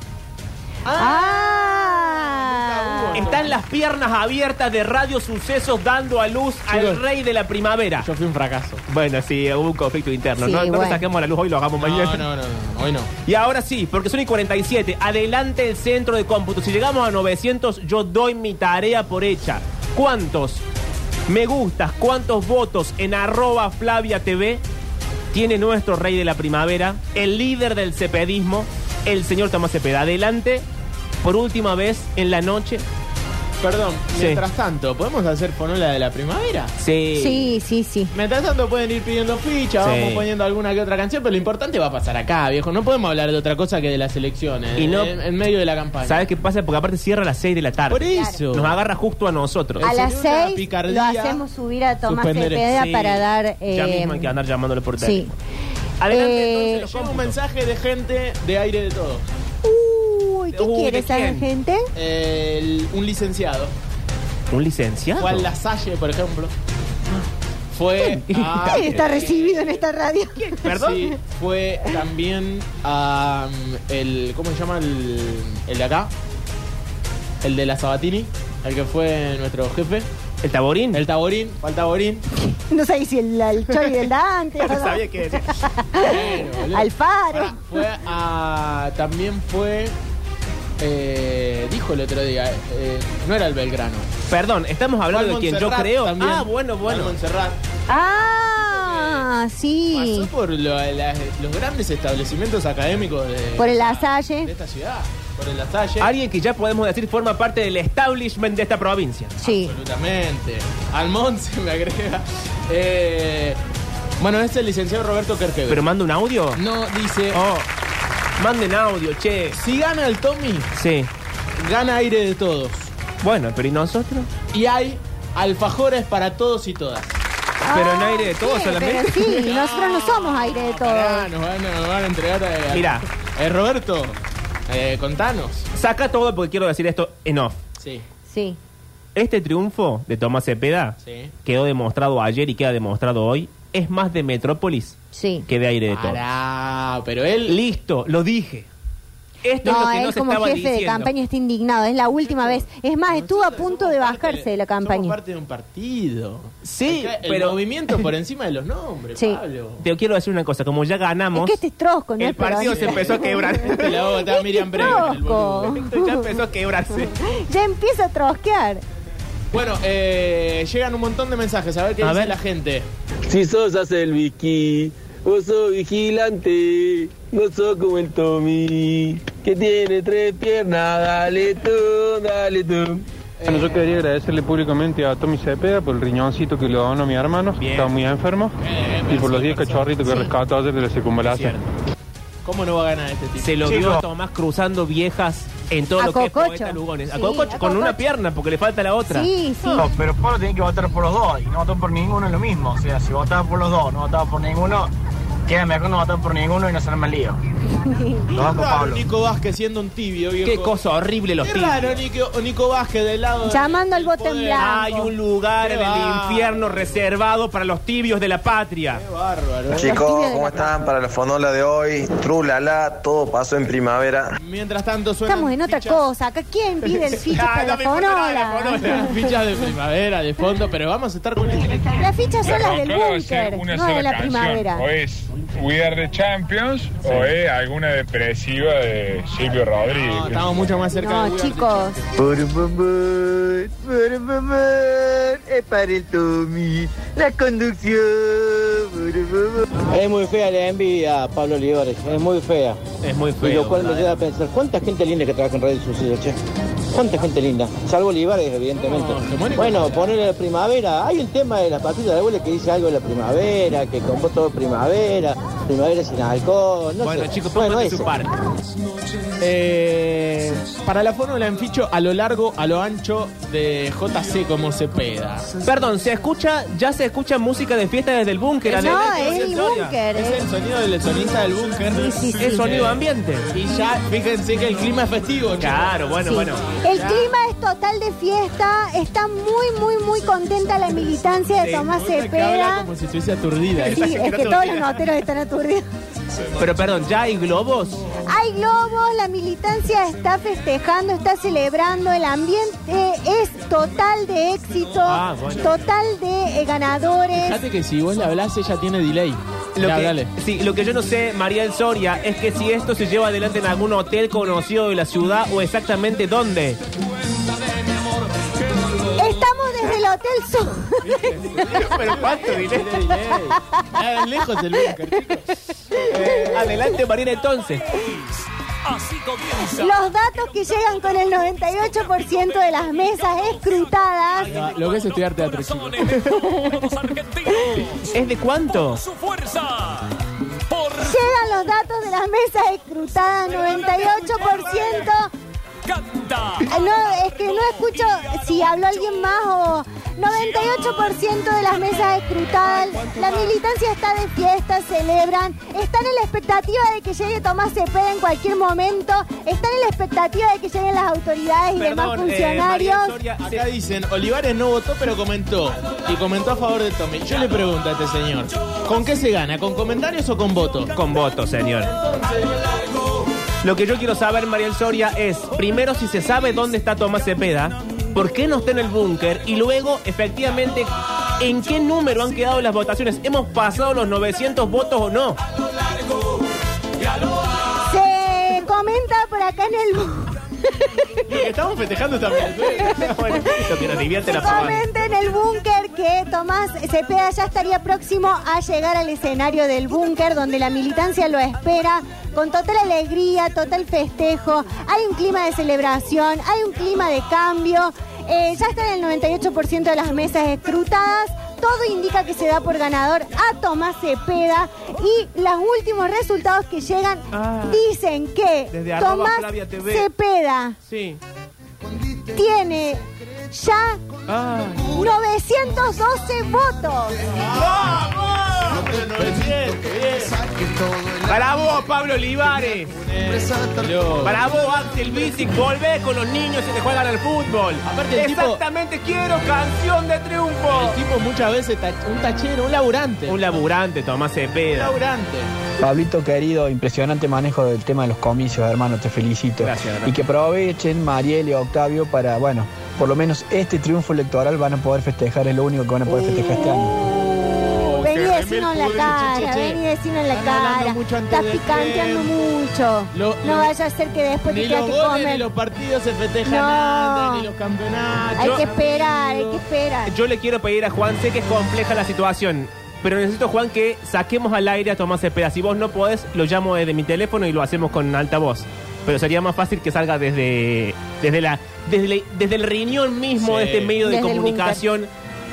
C: Ah.
B: Están las piernas abiertas de Radio Sucesos dando a luz al
A: Chicos.
B: rey de la primavera.
A: Yo fui un fracaso.
B: Bueno, sí, hubo un conflicto interno.
C: Sí,
B: no no lo
C: bueno.
B: saquemos a la luz, hoy lo hagamos
A: No,
B: mañana.
A: no, no, no, hoy no.
B: Y ahora sí, porque son y 47. Adelante el centro de cómputo. Si llegamos a 900, yo doy mi tarea por hecha. ¿Cuántos me gustas, cuántos votos en arroba Flavia TV tiene nuestro rey de la primavera, el líder del cepedismo, el señor Tomás Cepeda? Adelante, por última vez en la noche.
A: Perdón,
B: Sí.
A: mientras tanto, ¿podemos hacer fonola de la primavera?
B: Sí.
C: Sí, sí, sí.
A: Mientras tanto pueden ir pidiendo fichas,
B: Sí.
A: vamos poniendo alguna que otra canción, pero lo importante va a pasar acá, viejo. No podemos hablar de otra cosa que de las elecciones
B: Y no-
A: en, en medio de la campaña.
B: ¿Sabes qué pasa? Porque aparte cierra a las 6 de la tarde.
A: Por eso.
B: Nos agarra justo a nosotros.
C: A las
A: sería una
C: seis lo
A: picardía
C: hacemos subir a Tomás
A: suspender-
C: Cepeda
B: Sí,
C: para dar.
B: ya
C: eh,
B: mismo hay que andar llamándole por
C: sí.
B: teléfono. Adelante,
C: Eh,
B: entonces, los
A: Llega un
B: cómputos.
A: mensaje de gente de aire de todo.
C: Uy, ¿qué
B: Uy, ¿de
C: quieres, esa
B: quién?
C: gente?
A: El- un licenciado,
B: ¿Un licenciado?
A: Juan Lasalle, por ejemplo, fue a-
C: ¿Quién está recibido en esta radio?
B: ¿Perdón?
A: Sí, fue también a mm, el. ¿Cómo se llama el, el de acá? El de la Sabatini, el que fue nuestro jefe.
B: ¿El taborín?
A: El Taborín, Juan Taborín.
C: No sé si el, el Chori del Dante.
B: No sabía qué decir.
A: boludo.
C: Alfaro.
A: Pará, fue a. También fue. eh, dijo el otro día, eh, no era el Belgrano.
B: Perdón, estamos
A: Fue al
B: hablando de quien yo
A: Montserrat
B: creo.
A: también.
B: Ah, bueno,
A: Fue
B: bueno.
A: al Montserrat.
C: Ah, sí.
A: Pasó por lo- las- los grandes establecimientos académicos de,
C: Por el
A: de
C: Asalle.
A: esta ciudad. Por el Lasalle.
B: Alguien que ya podemos decir forma parte del establishment de esta provincia.
C: Sí.
A: Absolutamente. Almón se me agrega. Eh, bueno, este es el licenciado Roberto Kerkever.
B: ¿Pero manda un audio?
A: no dice.
B: Oh, manden audio, che.
A: Si gana el Tommy,
B: Sí.
A: gana aire de todos.
B: Bueno, pero ¿y nosotros?
A: Y hay alfajores para todos y todas.
B: Pero
A: Ah,
B: en aire de todo
C: Sí,
B: solamente.
C: Ah, pero sí, nosotros no somos aire de
A: Pará,
C: todo.
A: nos van, a- nos van a entregar. eh,
B: Mirá.
A: Eh, Roberto, eh, contanos.
B: Saca todo porque quiero decir esto en off.
A: Sí,
C: Sí.
B: Este triunfo de Tomás Cepeda
A: sí.
B: quedó demostrado ayer y queda demostrado hoy. Es más de Metrópolis
C: Sí.
B: que de aire de todo.
A: Pará, pero él.
B: Listo, lo dije. Esto es lo
C: No,
B: que no
C: él
B: se
C: como
B: estaba
C: jefe de
B: diciendo.
C: campaña está indignado. Es la última vez. Es más, estuvo a punto de bajarse de la
A: Somos
C: campaña.
A: parte de un partido.
B: Sí,
A: Acá El
B: pero-
A: movimiento por encima de los nombres,
C: Sí.
A: Pablo.
B: Te quiero decir una cosa, como ya
C: Es
B: ganamos,
C: que este es trosco, ¿no?
B: el
C: es peronista.
B: partido se empezó a quebrar.
A: Te la hago, está Miriam Bremer, el boludo.
C: Trosco.
B: ya empezó a quebrarse.
C: Ya empieza a trosquear.
A: Bueno, eh, llegan un montón de mensajes. A ver qué
B: A
A: dice
B: ver.
A: la gente.
K: Si sos hace el Vicky, vos sos vigilante, no sos como el Tommy, que tiene tres piernas, dale tú, dale tú.
F: Bueno, yo quería agradecerle públicamente a Tommy Cepeda por el riñoncito que le donó a mi hermano, que
B: Bien.
F: estaba muy enfermo, y por los 10
A: persona.
F: cachorritos que rescató ayer de la circunvalación.
A: ¿Cómo no va a ganar este tipo?
B: Se lo
F: Chico.
B: vio a Tomás cruzando viejas en todo
C: A
B: lo que
C: Cococho.
B: es Poeta Lugones. A
C: Sí,
B: Cococho,
C: a
B: con una
C: Cococho.
B: pierna porque le falta la otra.
C: Sí, sí.
D: No, pero Pablo tiene que votar por los dos y no votó por ninguno es lo mismo. O sea, si votaba por los dos, no votaba por ninguno, queda mejor no votar por ninguno y no se arma el lío. Lo va con
A: Raro,
D: Pablo.
A: Nico Vázquez siendo un tibio, viejo.
B: Qué cosa horrible los
A: Qué
B: tibios.
A: raro, Nico, Nico Vázquez del lado. del-
C: Llamando al
A: del
C: voto en
A: poder.
C: blanco.
B: Hay un lugar
A: Qué
B: en el
A: bárbaro.
B: infierno reservado para los tibios de la patria.
A: Qué bárbaro.
G: Chicos, Ah, ¿cómo están? Para la fonola de hoy, trulala, todo pasó en primavera.
A: Mientras tanto suenan
C: Estamos en otra
A: fichas-
C: cosa. Acá, ¿quién pide el ficha
B: Ah,
C: para
B: no
C: la
B: me importa nada de la
C: fonola?
B: fonola.
A: Fichas de primavera, de fondo, pero vamos a estar con el...
C: Las fichas son las
F: Arrancaba
C: del
F: a hacer
C: búnker,
F: una
C: no de
F: sola
C: la
F: canción.
C: primavera.
F: O es We Are the Champions o es alguna depresiva de Silvio Rodríguez.
A: No, estamos mucho más cerca de
C: No,
A: We Are the
C: chicos.
E: Burumbumburn, burumbumburn, es para el Tommy, la conducción. burumbumburn.
K: Es muy fea la envidia, Pablo Olivares, es muy fea.
B: Es muy feo.
K: Y lo cual me
B: ¿verdad?
K: lleva a pensar, ¿cuánta gente linda que trabaja en Radio Suceso, che? ¿Cuánta gente linda? Salvo Olivares, evidentemente.
A: No, hegemónico.
K: bueno, ponerle la primavera. Hay un tema de las patillas de abuela que dice algo de la primavera, que con vos todo primavera.
L: primavera sin alcohol. No
B: bueno,
L: sé.
B: chicos,
L: Bueno,
B: pónganse su
L: ese.
B: parte.
A: Eh, para la fórmula en ficho a lo largo, a lo ancho de JC como Cepeda.
B: Perdón, se escucha, ya se escucha música de fiesta desde el búnker.
C: No,
B: Ale.
C: es el búnker.
A: Es el sonido del sonista del búnker.
B: Es sonido ambiente.
A: Y ya, fíjense que el clima es festivo. chicos.
B: Claro, bueno,
C: Sí.
B: bueno.
C: El clima es total de fiesta. Está muy, muy, muy contenta la militancia de
A: Se
C: Tomás
A: nota que habla
C: Cepeda.
A: como si estuviese aturdida.
C: Sí, es que todos los noteros están aturdidos.
B: Pero perdón, ¿ya hay globos?
C: Hay globos, la militancia está festejando, está celebrando, el ambiente es total de éxito,
A: Ah, bueno.
C: total de eh, ganadores.
A: Fíjate que si vos le hablás, ella tiene delay.
B: Lo
A: Mirá,
B: que,
A: hablale.
B: sí, lo que yo no sé, María del Soria, es que si esto se lleva adelante en algún hotel conocido de la ciudad o exactamente dónde.
C: Estamos desde el Hotel Sur.
B: Pero cuánto dinero.
A: Tiene delay. Ah, lejos el búnker.
B: Eh, adelante, Marina, entonces.
C: Los datos que llegan con el 98% de las mesas escrutadas.
A: No, Ah, Lo que es estudiar teatro, chicos.
B: ¿Es de cuánto?
C: Llegan los datos de las mesas escrutadas, 98%. Ah, No, es que no escucho si habló alguien más o... 98% de las mesas escrutadas, la militancia está de fiesta, celebran, están en la expectativa de que llegue Tomás Cepeda en cualquier momento, están en la expectativa de que lleguen las autoridades y demás
A: Perdón, eh,
C: funcionarios.
A: María Soria, acá dicen, Olivares no votó, pero comentó. Y comentó a favor de Tommy. Yo le pregunto a este señor, ¿con qué se gana? ¿Con comentarios o con votos?
B: Con votos, señor. Lo que yo quiero saber, Mariel Soria, es primero si se sabe dónde está Tomás Cepeda, por qué no está en el búnker y luego, efectivamente, en qué número han quedado las votaciones. ¿Hemos pasado los 900 votos o no?
C: Se comenta por acá en el... bu-
B: Estamos festejando también. bueno, listo, que nos divierte la pavada.
C: Comenta en el búnker que Tomás Cepeda ya estaría próximo a llegar al escenario del búnker donde la militancia lo espera con total alegría, total festejo. Hay un clima de celebración, hay un clima de cambio. Eh, ya está en el 98% de las mesas escrutadas. Todo indica que se da por ganador a Tomás Cepeda y los últimos resultados que llegan
B: Ah.
C: dicen que
B: Desde arroba
C: Tomás
B: Flavia TV.
C: Cepeda
B: Sí.
C: tiene ya
B: Ah.
C: 912 votos.
B: Para vos, Pablo Olivares.
A: Lo-
B: Para vos, Axel Wittig, volvé con los niños y te juegan al fútbol.
A: Aparte, el tipo-
B: Exactamente, quiero canción de triunfo.
A: El tipo muchas veces, ta- un tachero, un laburante.
B: Un laburante, Tomás
A: Un
B: Cepeda.
A: laburante.
M: Pablito querido, impresionante manejo del tema de los comicios, hermano, te felicito.
B: Gracias, hermano.
M: y que aprovechen Mariel y Octavio para, bueno, por lo menos este triunfo electoral van a poder festejar, es lo único que van a poder festejar este
K: Uh,
M: año.
C: Vení
A: remel
C: vecino en la
A: pudre, che,
C: cara,
A: che, che.
C: vení vecino en la
A: Están hablando
C: cara.
A: mucho antes
C: Estás
A: del
C: picanteando
A: tiempo.
C: mucho.
A: Lo-
C: no
A: lo-
C: vaya a ser que después te
A: Ni
C: tengas
A: los
C: que
A: goles, ni
C: comer.
A: los partidos se festejan
C: No.
A: nada, ni los campeonatos.
C: Hay
B: Yo-
C: que esperar, hay que esperar.
B: Yo le quiero pedir a Juan, sé que es compleja la situación, pero necesito, Juan, que saquemos al aire a Tomás Cepeda. Si vos no podés, lo llamo desde mi teléfono y lo hacemos con altavoz. Pero sería más fácil que salga desde, desde, la, desde, la- desde el riñón mismo
A: Sí.
B: de este medio de
C: Desde el
B: comunicación,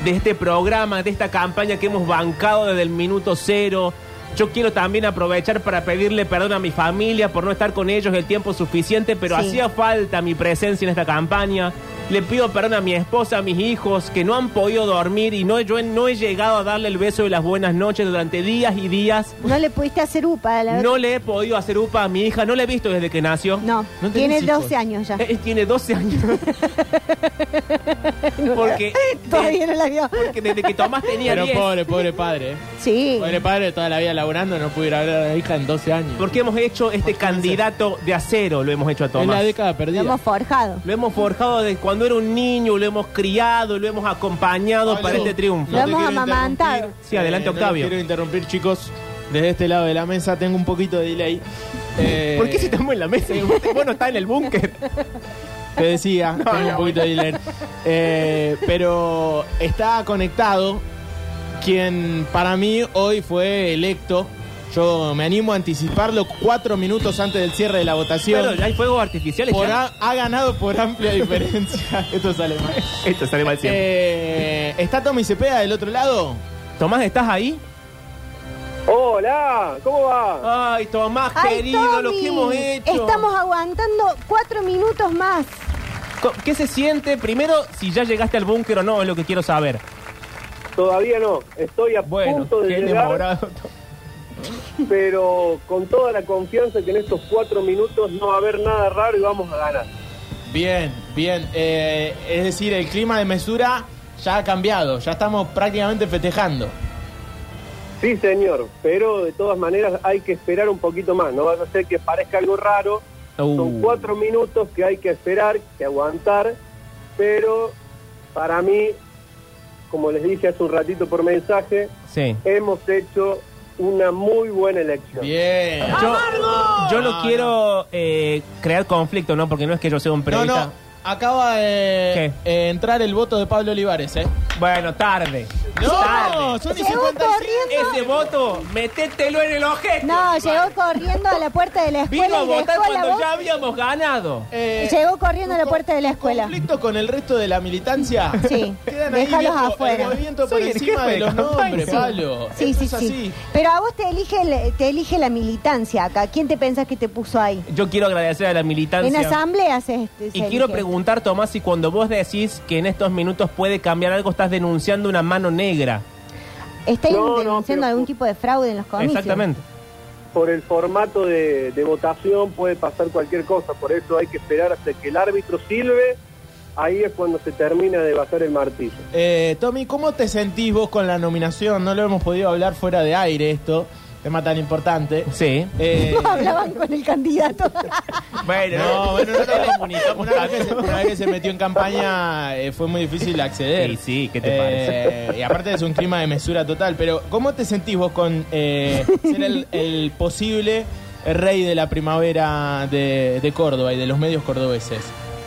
B: de este programa, de esta campaña que hemos bancado desde el minuto cero. Yo quiero también aprovechar para pedirle perdón a mi familia por no estar con ellos el tiempo suficiente, pero
C: Sí.
B: hacía falta mi presencia en esta campaña. Le pido perdón a mi esposa, a mis hijos, que no han podido dormir y no, yo he- no he llegado a darle el beso de las buenas noches durante días y días.
C: No le pudiste hacer upa, la verdad.
B: No le he podido hacer upa a mi hija, no la he visto desde que nació.
C: No,
A: No tenés
C: tiene
A: hijos.
C: 12 años ya.
B: Eh, tiene 12 años. porque,
C: Todavía no la vio.
B: porque desde que Tomás tenía
A: Pero
B: 10.
A: pobre, pobre padre. eh.
C: Sí.
A: Pobre padre, toda la vida laburando, no pudiera ver a la hija en 12 años.
B: Porque hemos hecho este candidato de acero, lo hemos hecho a
A: es la
B: Tomás.
A: década
C: Lo
A: perdida.
C: hemos forjado.
B: Lo hemos forjado desde cuando era un niño, lo hemos criado, lo hemos acompañado
A: Pablo,
B: para este triunfo.
C: Lo
A: te
C: hemos
A: quiero
C: amamantado.
A: interrumpir.
B: Sí, adelante,
A: no los
B: Octavio.
A: quiero interrumpir, chicos. Desde este lado de la mesa tengo un poquito de delay. Eh,
B: ¿Por qué si estamos en la mesa? y usted, Bueno, está en el búnker.
A: Te decía, tengo un
B: no.
A: poquito de delay. Eh, pero está conectado quien para mí hoy fue electo. Yo me animo a anticiparlo cuatro minutos antes del cierre de la votación.
B: Claro, ya hay fuegos artificiales.
A: Por
B: ya.
A: a- ha ganado por amplia diferencia. Esto sale mal.
B: Esto sale mal siempre.
A: Eh, ¿Está Tommy Cepeda del otro lado?
B: Tomás, ¿estás ahí?
K: Hola, ¿cómo va?
B: Ay, Tomás,
C: Ay,
B: querido, lo
C: Tommy,
B: que hemos hecho.
C: Estamos aguantando cuatro minutos más.
B: Co- ¿Qué se siente? Primero, si ya llegaste al búnker o no, es lo que quiero saber.
K: Todavía no, estoy a
B: Bueno,
K: punto de
B: qué
K: llegar,
B: demorado.
K: pero con toda la confianza que en estos cuatro minutos no va a haber nada raro y vamos a ganar.
A: Bien, bien. Eh, es decir, el clima de mesura ya ha cambiado. Ya estamos prácticamente festejando.
K: Sí, señor, pero de todas maneras hay que esperar un poquito más, no vas a hacer que parezca algo raro.
B: Uh,
K: Son cuatro minutos que hay que esperar, que aguantar, pero para mí, como les dije hace un ratito por mensaje,
B: Sí.
K: hemos hecho una muy buena elección.
A: Bien.
B: Yo, yo no, quiero eh, crear conflicto, ¿no? Porque no es que yo sea un
A: No,
B: periodista.
A: no. Acaba de eh, entrar el voto de Pablo Olivares, ¿eh?
B: Bueno, tarde.
A: No,
B: Tarde.
A: son y
C: Llegó
A: 55.
C: corriendo.
B: Ese voto, metételo en el ojete.
C: No, llegó corriendo a la puerta de la
B: Vino
C: escuela
B: a
C: y dejó
B: votar
C: la
B: cuando
C: voz.
B: ya habíamos ganado.
A: Eh,
C: Llegó corriendo a la puerta de la escuela.
A: conflicto con el resto de la militancia.
C: Sí,
A: Quedan ahí
C: déjalos
A: viejo,
C: afuera.
A: El movimiento por
B: Soy el
A: encima
B: jefe
A: de
B: de
A: los
B: campaña.
A: nombres,
B: Sí.
A: Pablo.
C: Sí,
A: Esto
C: sí,
A: es
C: sí.
A: así.
C: Pero a vos te elige, el- te elige la militancia acá. ¿Quién te pensás que te puso ahí?
B: Yo quiero agradecer a la
C: En
B: militancia.
C: asambleas este,
B: Y quiero
C: preguntar.
B: preguntar, Tomás, si cuando vos decís que en estos minutos puede cambiar algo, estás denunciando una mano negra.
C: ¿Está
K: No, no,
C: denunciando
K: pero-
C: algún tipo de fraude en los comicios?
B: Exactamente.
K: Por el formato de, de votación puede pasar cualquier cosa, por eso hay que esperar hasta que el árbitro silbe, ahí es cuando se termina de bajar el martillo.
A: Eh, Tommy, ¿cómo te sentís vos con la nominación? No lo hemos podido hablar fuera de aire esto, tema tan importante.
B: Sí.
A: Eh,
C: No hablaban con el candidato.
B: Bueno,
A: no, bueno, no, no, no.
B: comunicamos
A: Una vez que se, una vez que se metió en campaña eh, fue muy difícil acceder.
B: Sí, sí, ¿qué te
A: Eh, Y aparte es un clima de mesura total, pero ¿cómo te sentís vos con eh, ser el, el posible rey de la primavera de, de Córdoba y de los medios cordobeses?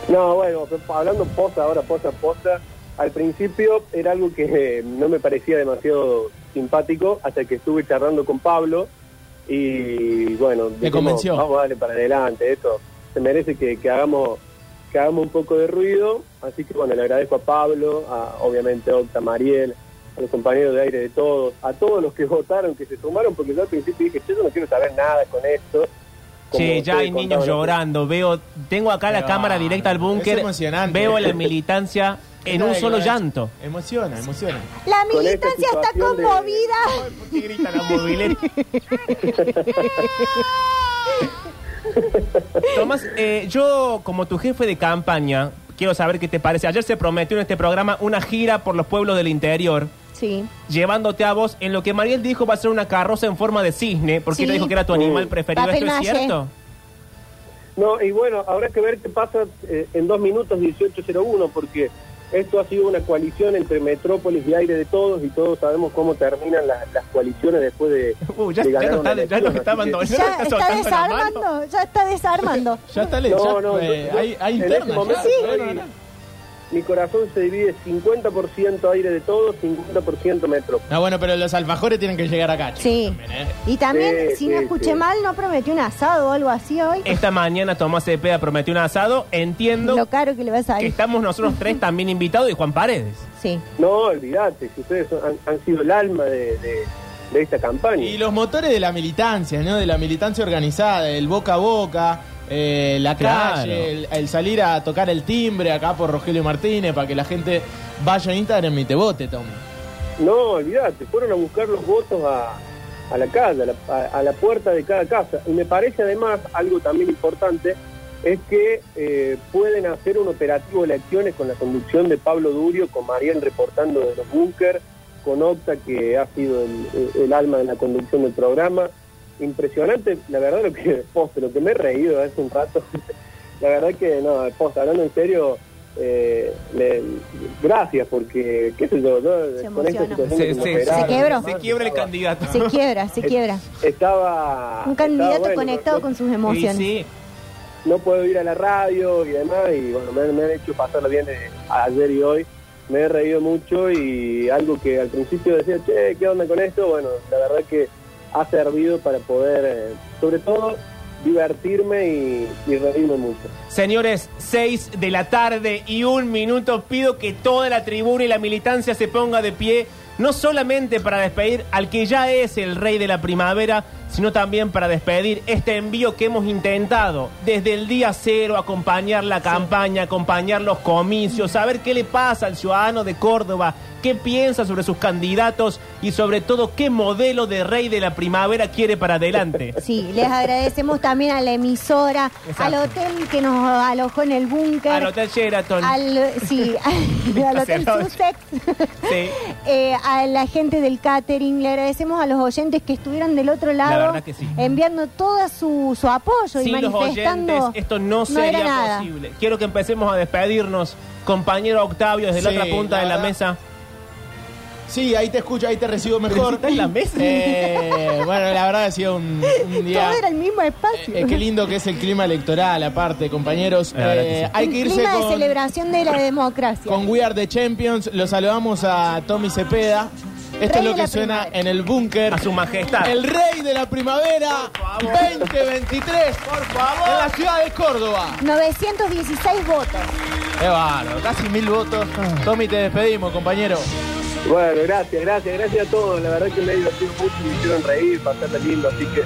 K: No, bueno, hablando posta ahora, posta, posta, al principio era algo que eh, no me parecía demasiado simpático hasta que estuve charlando con Pablo y bueno, dijimos,
A: convenció.
K: vamos a darle para adelante, esto se merece que, que hagamos que hagamos un poco de ruido, así que bueno, le agradezco a Pablo, a obviamente a Octa Mariel, a los compañeros de aire de todos, a todos los que votaron, que se sumaron, porque yo al principio dije, "Che, yo no quiero saber nada con esto. Como
B: Che, ya
K: ustedes
B: hay niños
K: contaban, ¿no?
B: llorando. Veo, tengo acá la
A: Pero,
B: cámara directa al búnker.
A: es emocionante.
B: Veo a la militancia en un solo llanto.
A: Emociona, emociona.
C: La
K: Con esta
C: militancia está
K: situación de-
C: conmovida.
B: ¿Por qué grita la movilera? Tomás, eh, yo como tu jefe de campaña, quiero saber qué te parece. Ayer se prometió en este programa una gira por los pueblos del interior,
C: Sí.
B: llevándote a vos en lo que Mariel dijo va a ser una carroza en forma de cisne, porque
C: Sí.
B: ella dijo que era tu animal
K: Mm.
B: preferido.
C: Papel
B: ¿Esto es
C: maché.
B: cierto?
K: No, y bueno, habrá que ver qué pasa eh, en dos minutos 18.01, porque esto ha sido una coalición entre Metrópolis y Aire de Todos, y todos sabemos cómo terminan las, las coaliciones después de,
B: Uh, ya,
K: de
B: ya
K: ganar
B: no
K: una
B: está, ya no
K: elección,
B: está
K: así
B: abandonando,
K: que-
C: Ya
B: está
C: está
B: soltando la mano.
C: desarmando, ya está desarmando.
A: Ya está, le- ya,
K: No, no,
A: eh,
K: yo- yo-
A: hay, hay
K: en
A: internas
K: este momento
A: ya,
K: estoy-
A: bueno, no, no.
K: Mi corazón se divide 50% Aire de Todos, 50% Metrópolis.
A: No, bueno, pero los alfajores tienen que llegar acá. chicos,
C: Sí.
A: también, ¿eh?
C: Y también,
K: Sí,
C: si no
K: sí,
C: escuché
K: sí.
C: mal, no prometió un asado o algo así hoy.
B: Esta mañana Tomás Cepeda prometió un asado. Entiendo
C: Lo caro que le vas a
B: que
C: ir.
B: estamos nosotros tres también invitados y Juan Paredes.
C: Sí.
K: No, olvídate, si ustedes son- han, han sido el alma de, de- de esta campaña.
A: Y los motores de la militancia, ¿no? De la militancia organizada, el boca a boca, eh, la
B: Claro.
A: calle, el, el salir a tocar el timbre acá por Rogelio Martínez para que la gente vaya a Instagram y te vote, Tommy.
K: No, olvídate, fueron a buscar los votos a, a la casa, a la, a- a la puerta de cada casa. Y me parece además algo también importante es que eh, pueden hacer un operativo de elecciones con la conducción de Pablo Durio, con Mariel reportando de los búnker, con Octa, que ha sido el, el alma de la conducción del programa. Impresionante, la verdad, lo que, posta, lo que me he reído hace un rato. la verdad que, no, posta, hablando en serio, eh, le- gracias, porque, qué sé yo, yo
C: Se
K: con esta
C: emocionó.
K: situación de que me operaron,
C: Se quebró.
B: Se quiebra el candidato.
C: Se quiebra, se quiebra.
B: Ah,
K: estaba...
C: Un candidato
K: estaba, bueno,
C: conectado
K: no-
C: con sus
B: Y
C: emociones.
B: sí,
K: no puedo ir a la radio y demás, y bueno, me, han- me han hecho pasarlo bien eh, ayer y hoy. Me he reído mucho y algo que al principio decía, che, ¿qué onda con esto? Bueno, la verdad que ha servido para poder, eh, sobre todo, divertirme y, y reírme mucho.
B: Señores, 6 de la tarde y un minuto. Pido que toda la tribuna y la militancia se ponga de pie. no solamente para despedir al que ya es el rey de la primavera, sino también para despedir este envío que hemos intentado desde el día cero, acompañar la campaña, acompañar los comicios, saber qué le pasa al ciudadano de Córdoba, qué piensa sobre sus candidatos y sobre todo qué modelo de rey de la primavera quiere para adelante.
C: Sí, les agradecemos también a la emisora,
B: Exacto.
C: al hotel que nos alojó en el búnker.
B: Al Hotel Sheraton.
C: Al, sí, al, al Hotel
B: Cerrado.
C: Sussex,
B: Sí.
C: eh, a la gente del catering, le agradecemos a los oyentes que estuvieron del otro lado
B: verdad que sí.
C: enviando todo su, su apoyo y
B: Sin los
C: manifestando.
B: oyentes esto no
C: era
B: sería
C: nada.
B: posible. Quiero que empecemos a despedirnos, compañero Octavio, desde
A: Sí,
B: la otra punta
A: la
B: de la
A: verdad.
B: mesa.
A: Sí, ahí te escucho, ahí te recibo mejor.
B: en la mesa.
A: Eh, bueno, la verdad ha sido un, un día.
C: Todo era el mismo espacio.
A: Eh, qué lindo que es el clima electoral, aparte, compañeros.
B: La verdad que
A: Eh,
B: sí.
A: Hay que
C: Un
A: irse
C: clima de
A: con,
C: celebración de la democracia.
A: con We Are the Champions. Lo saludamos a Tommy Cepeda. Esto
C: Rey
A: es lo
C: de
A: que
C: la
A: suena
C: primavera.
A: en el búnker.
B: A su majestad.
A: El rey de la primavera 2023
B: Por
A: en la
B: favor.
A: ciudad de Córdoba.
C: 916 votos.
A: Qué bárbaro, casi mil votos. Tommy, te despedimos, compañero.
K: Bueno, gracias, gracias, gracias a todos. La verdad que me he divertido mucho, me hicieron reír, pasarla lindo, así que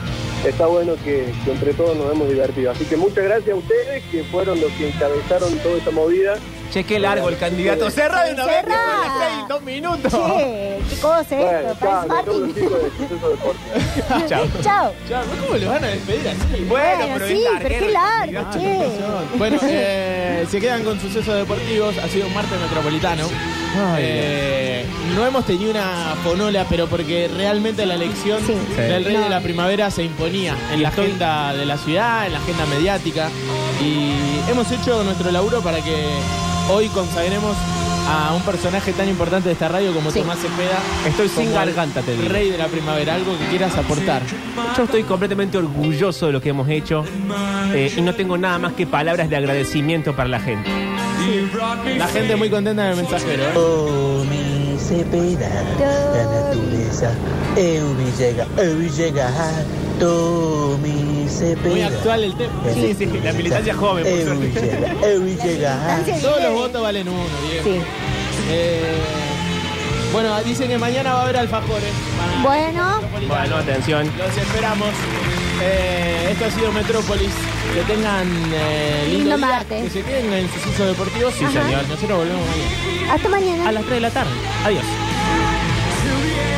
K: está bueno que, que entre todos nos hemos divertido. Así que muchas gracias a ustedes que fueron los que encabezaron toda esta movida.
B: Che, qué largo el candidato. Cerra de una vez. que
C: Cerrá.
B: son las seis, dos minutos.
C: Che, qué cosa es
K: Bueno,
C: esto,
K: chao,
C: parece
K: nos
C: Martín.
K: vemos los chicos de Suceso Deporte.
B: Chao.
C: Chao.
A: Ya, ¿Cómo lo van a despedir así?
B: Bueno, pero
C: sí,
B: es
C: pero
B: larguero
C: qué
B: el
C: largo,
B: candidato.
C: che.
A: Bueno, eh, se quedan con sucesos deportivos. Ha sido un martes metropolitano. Eh, no hemos tenido una fonola, pero porque realmente la elección
C: Sí.
B: Sí.
A: del Rey
C: No.
A: de la Primavera se imponía en
B: Y
A: la
B: estoy-
A: agenda de la ciudad, en la agenda mediática. Y hemos hecho nuestro laburo para que hoy consagremos a un personaje tan importante de esta radio como
C: Sí.
A: Tomás Cepeda.
B: Estoy
A: como
B: sin
A: el
B: garganta, te digo.
A: Rey de la Primavera, algo que quieras aportar.
B: Yo estoy completamente orgulloso de lo que hemos hecho eh, y no tengo nada más que palabras de agradecimiento para la gente.
A: La gente muy contenta en el mensajero. ¿eh?
L: Tommy Cepeda, la naturaleza, eu Villegas, eu Villegas, Tommy Cepeda.
A: Muy actual el tema.
B: Sí, sí, la militancia joven, por
L: Eu
B: suerte.
L: Villegas, eu Villegas.
C: Antes de-
A: Todos los votos valen uno, Diego.
C: Sí.
A: Eh, bueno, dicen que mañana va a haber alfajores. para
C: Bueno.
A: Metropolitano.
B: Bueno, atención.
A: Los esperamos. Eh, esto ha sido Metrópolis. Que tengan eh, lindo,
C: Lindo
A: día,
C: martes.
A: Que se queden en sucesos deportivos.
B: Sí, Ajá. señor.
A: Nosotros volvemos mañana.
C: Hasta mañana.
B: A las 3 de la tarde. Adiós.
N: Thank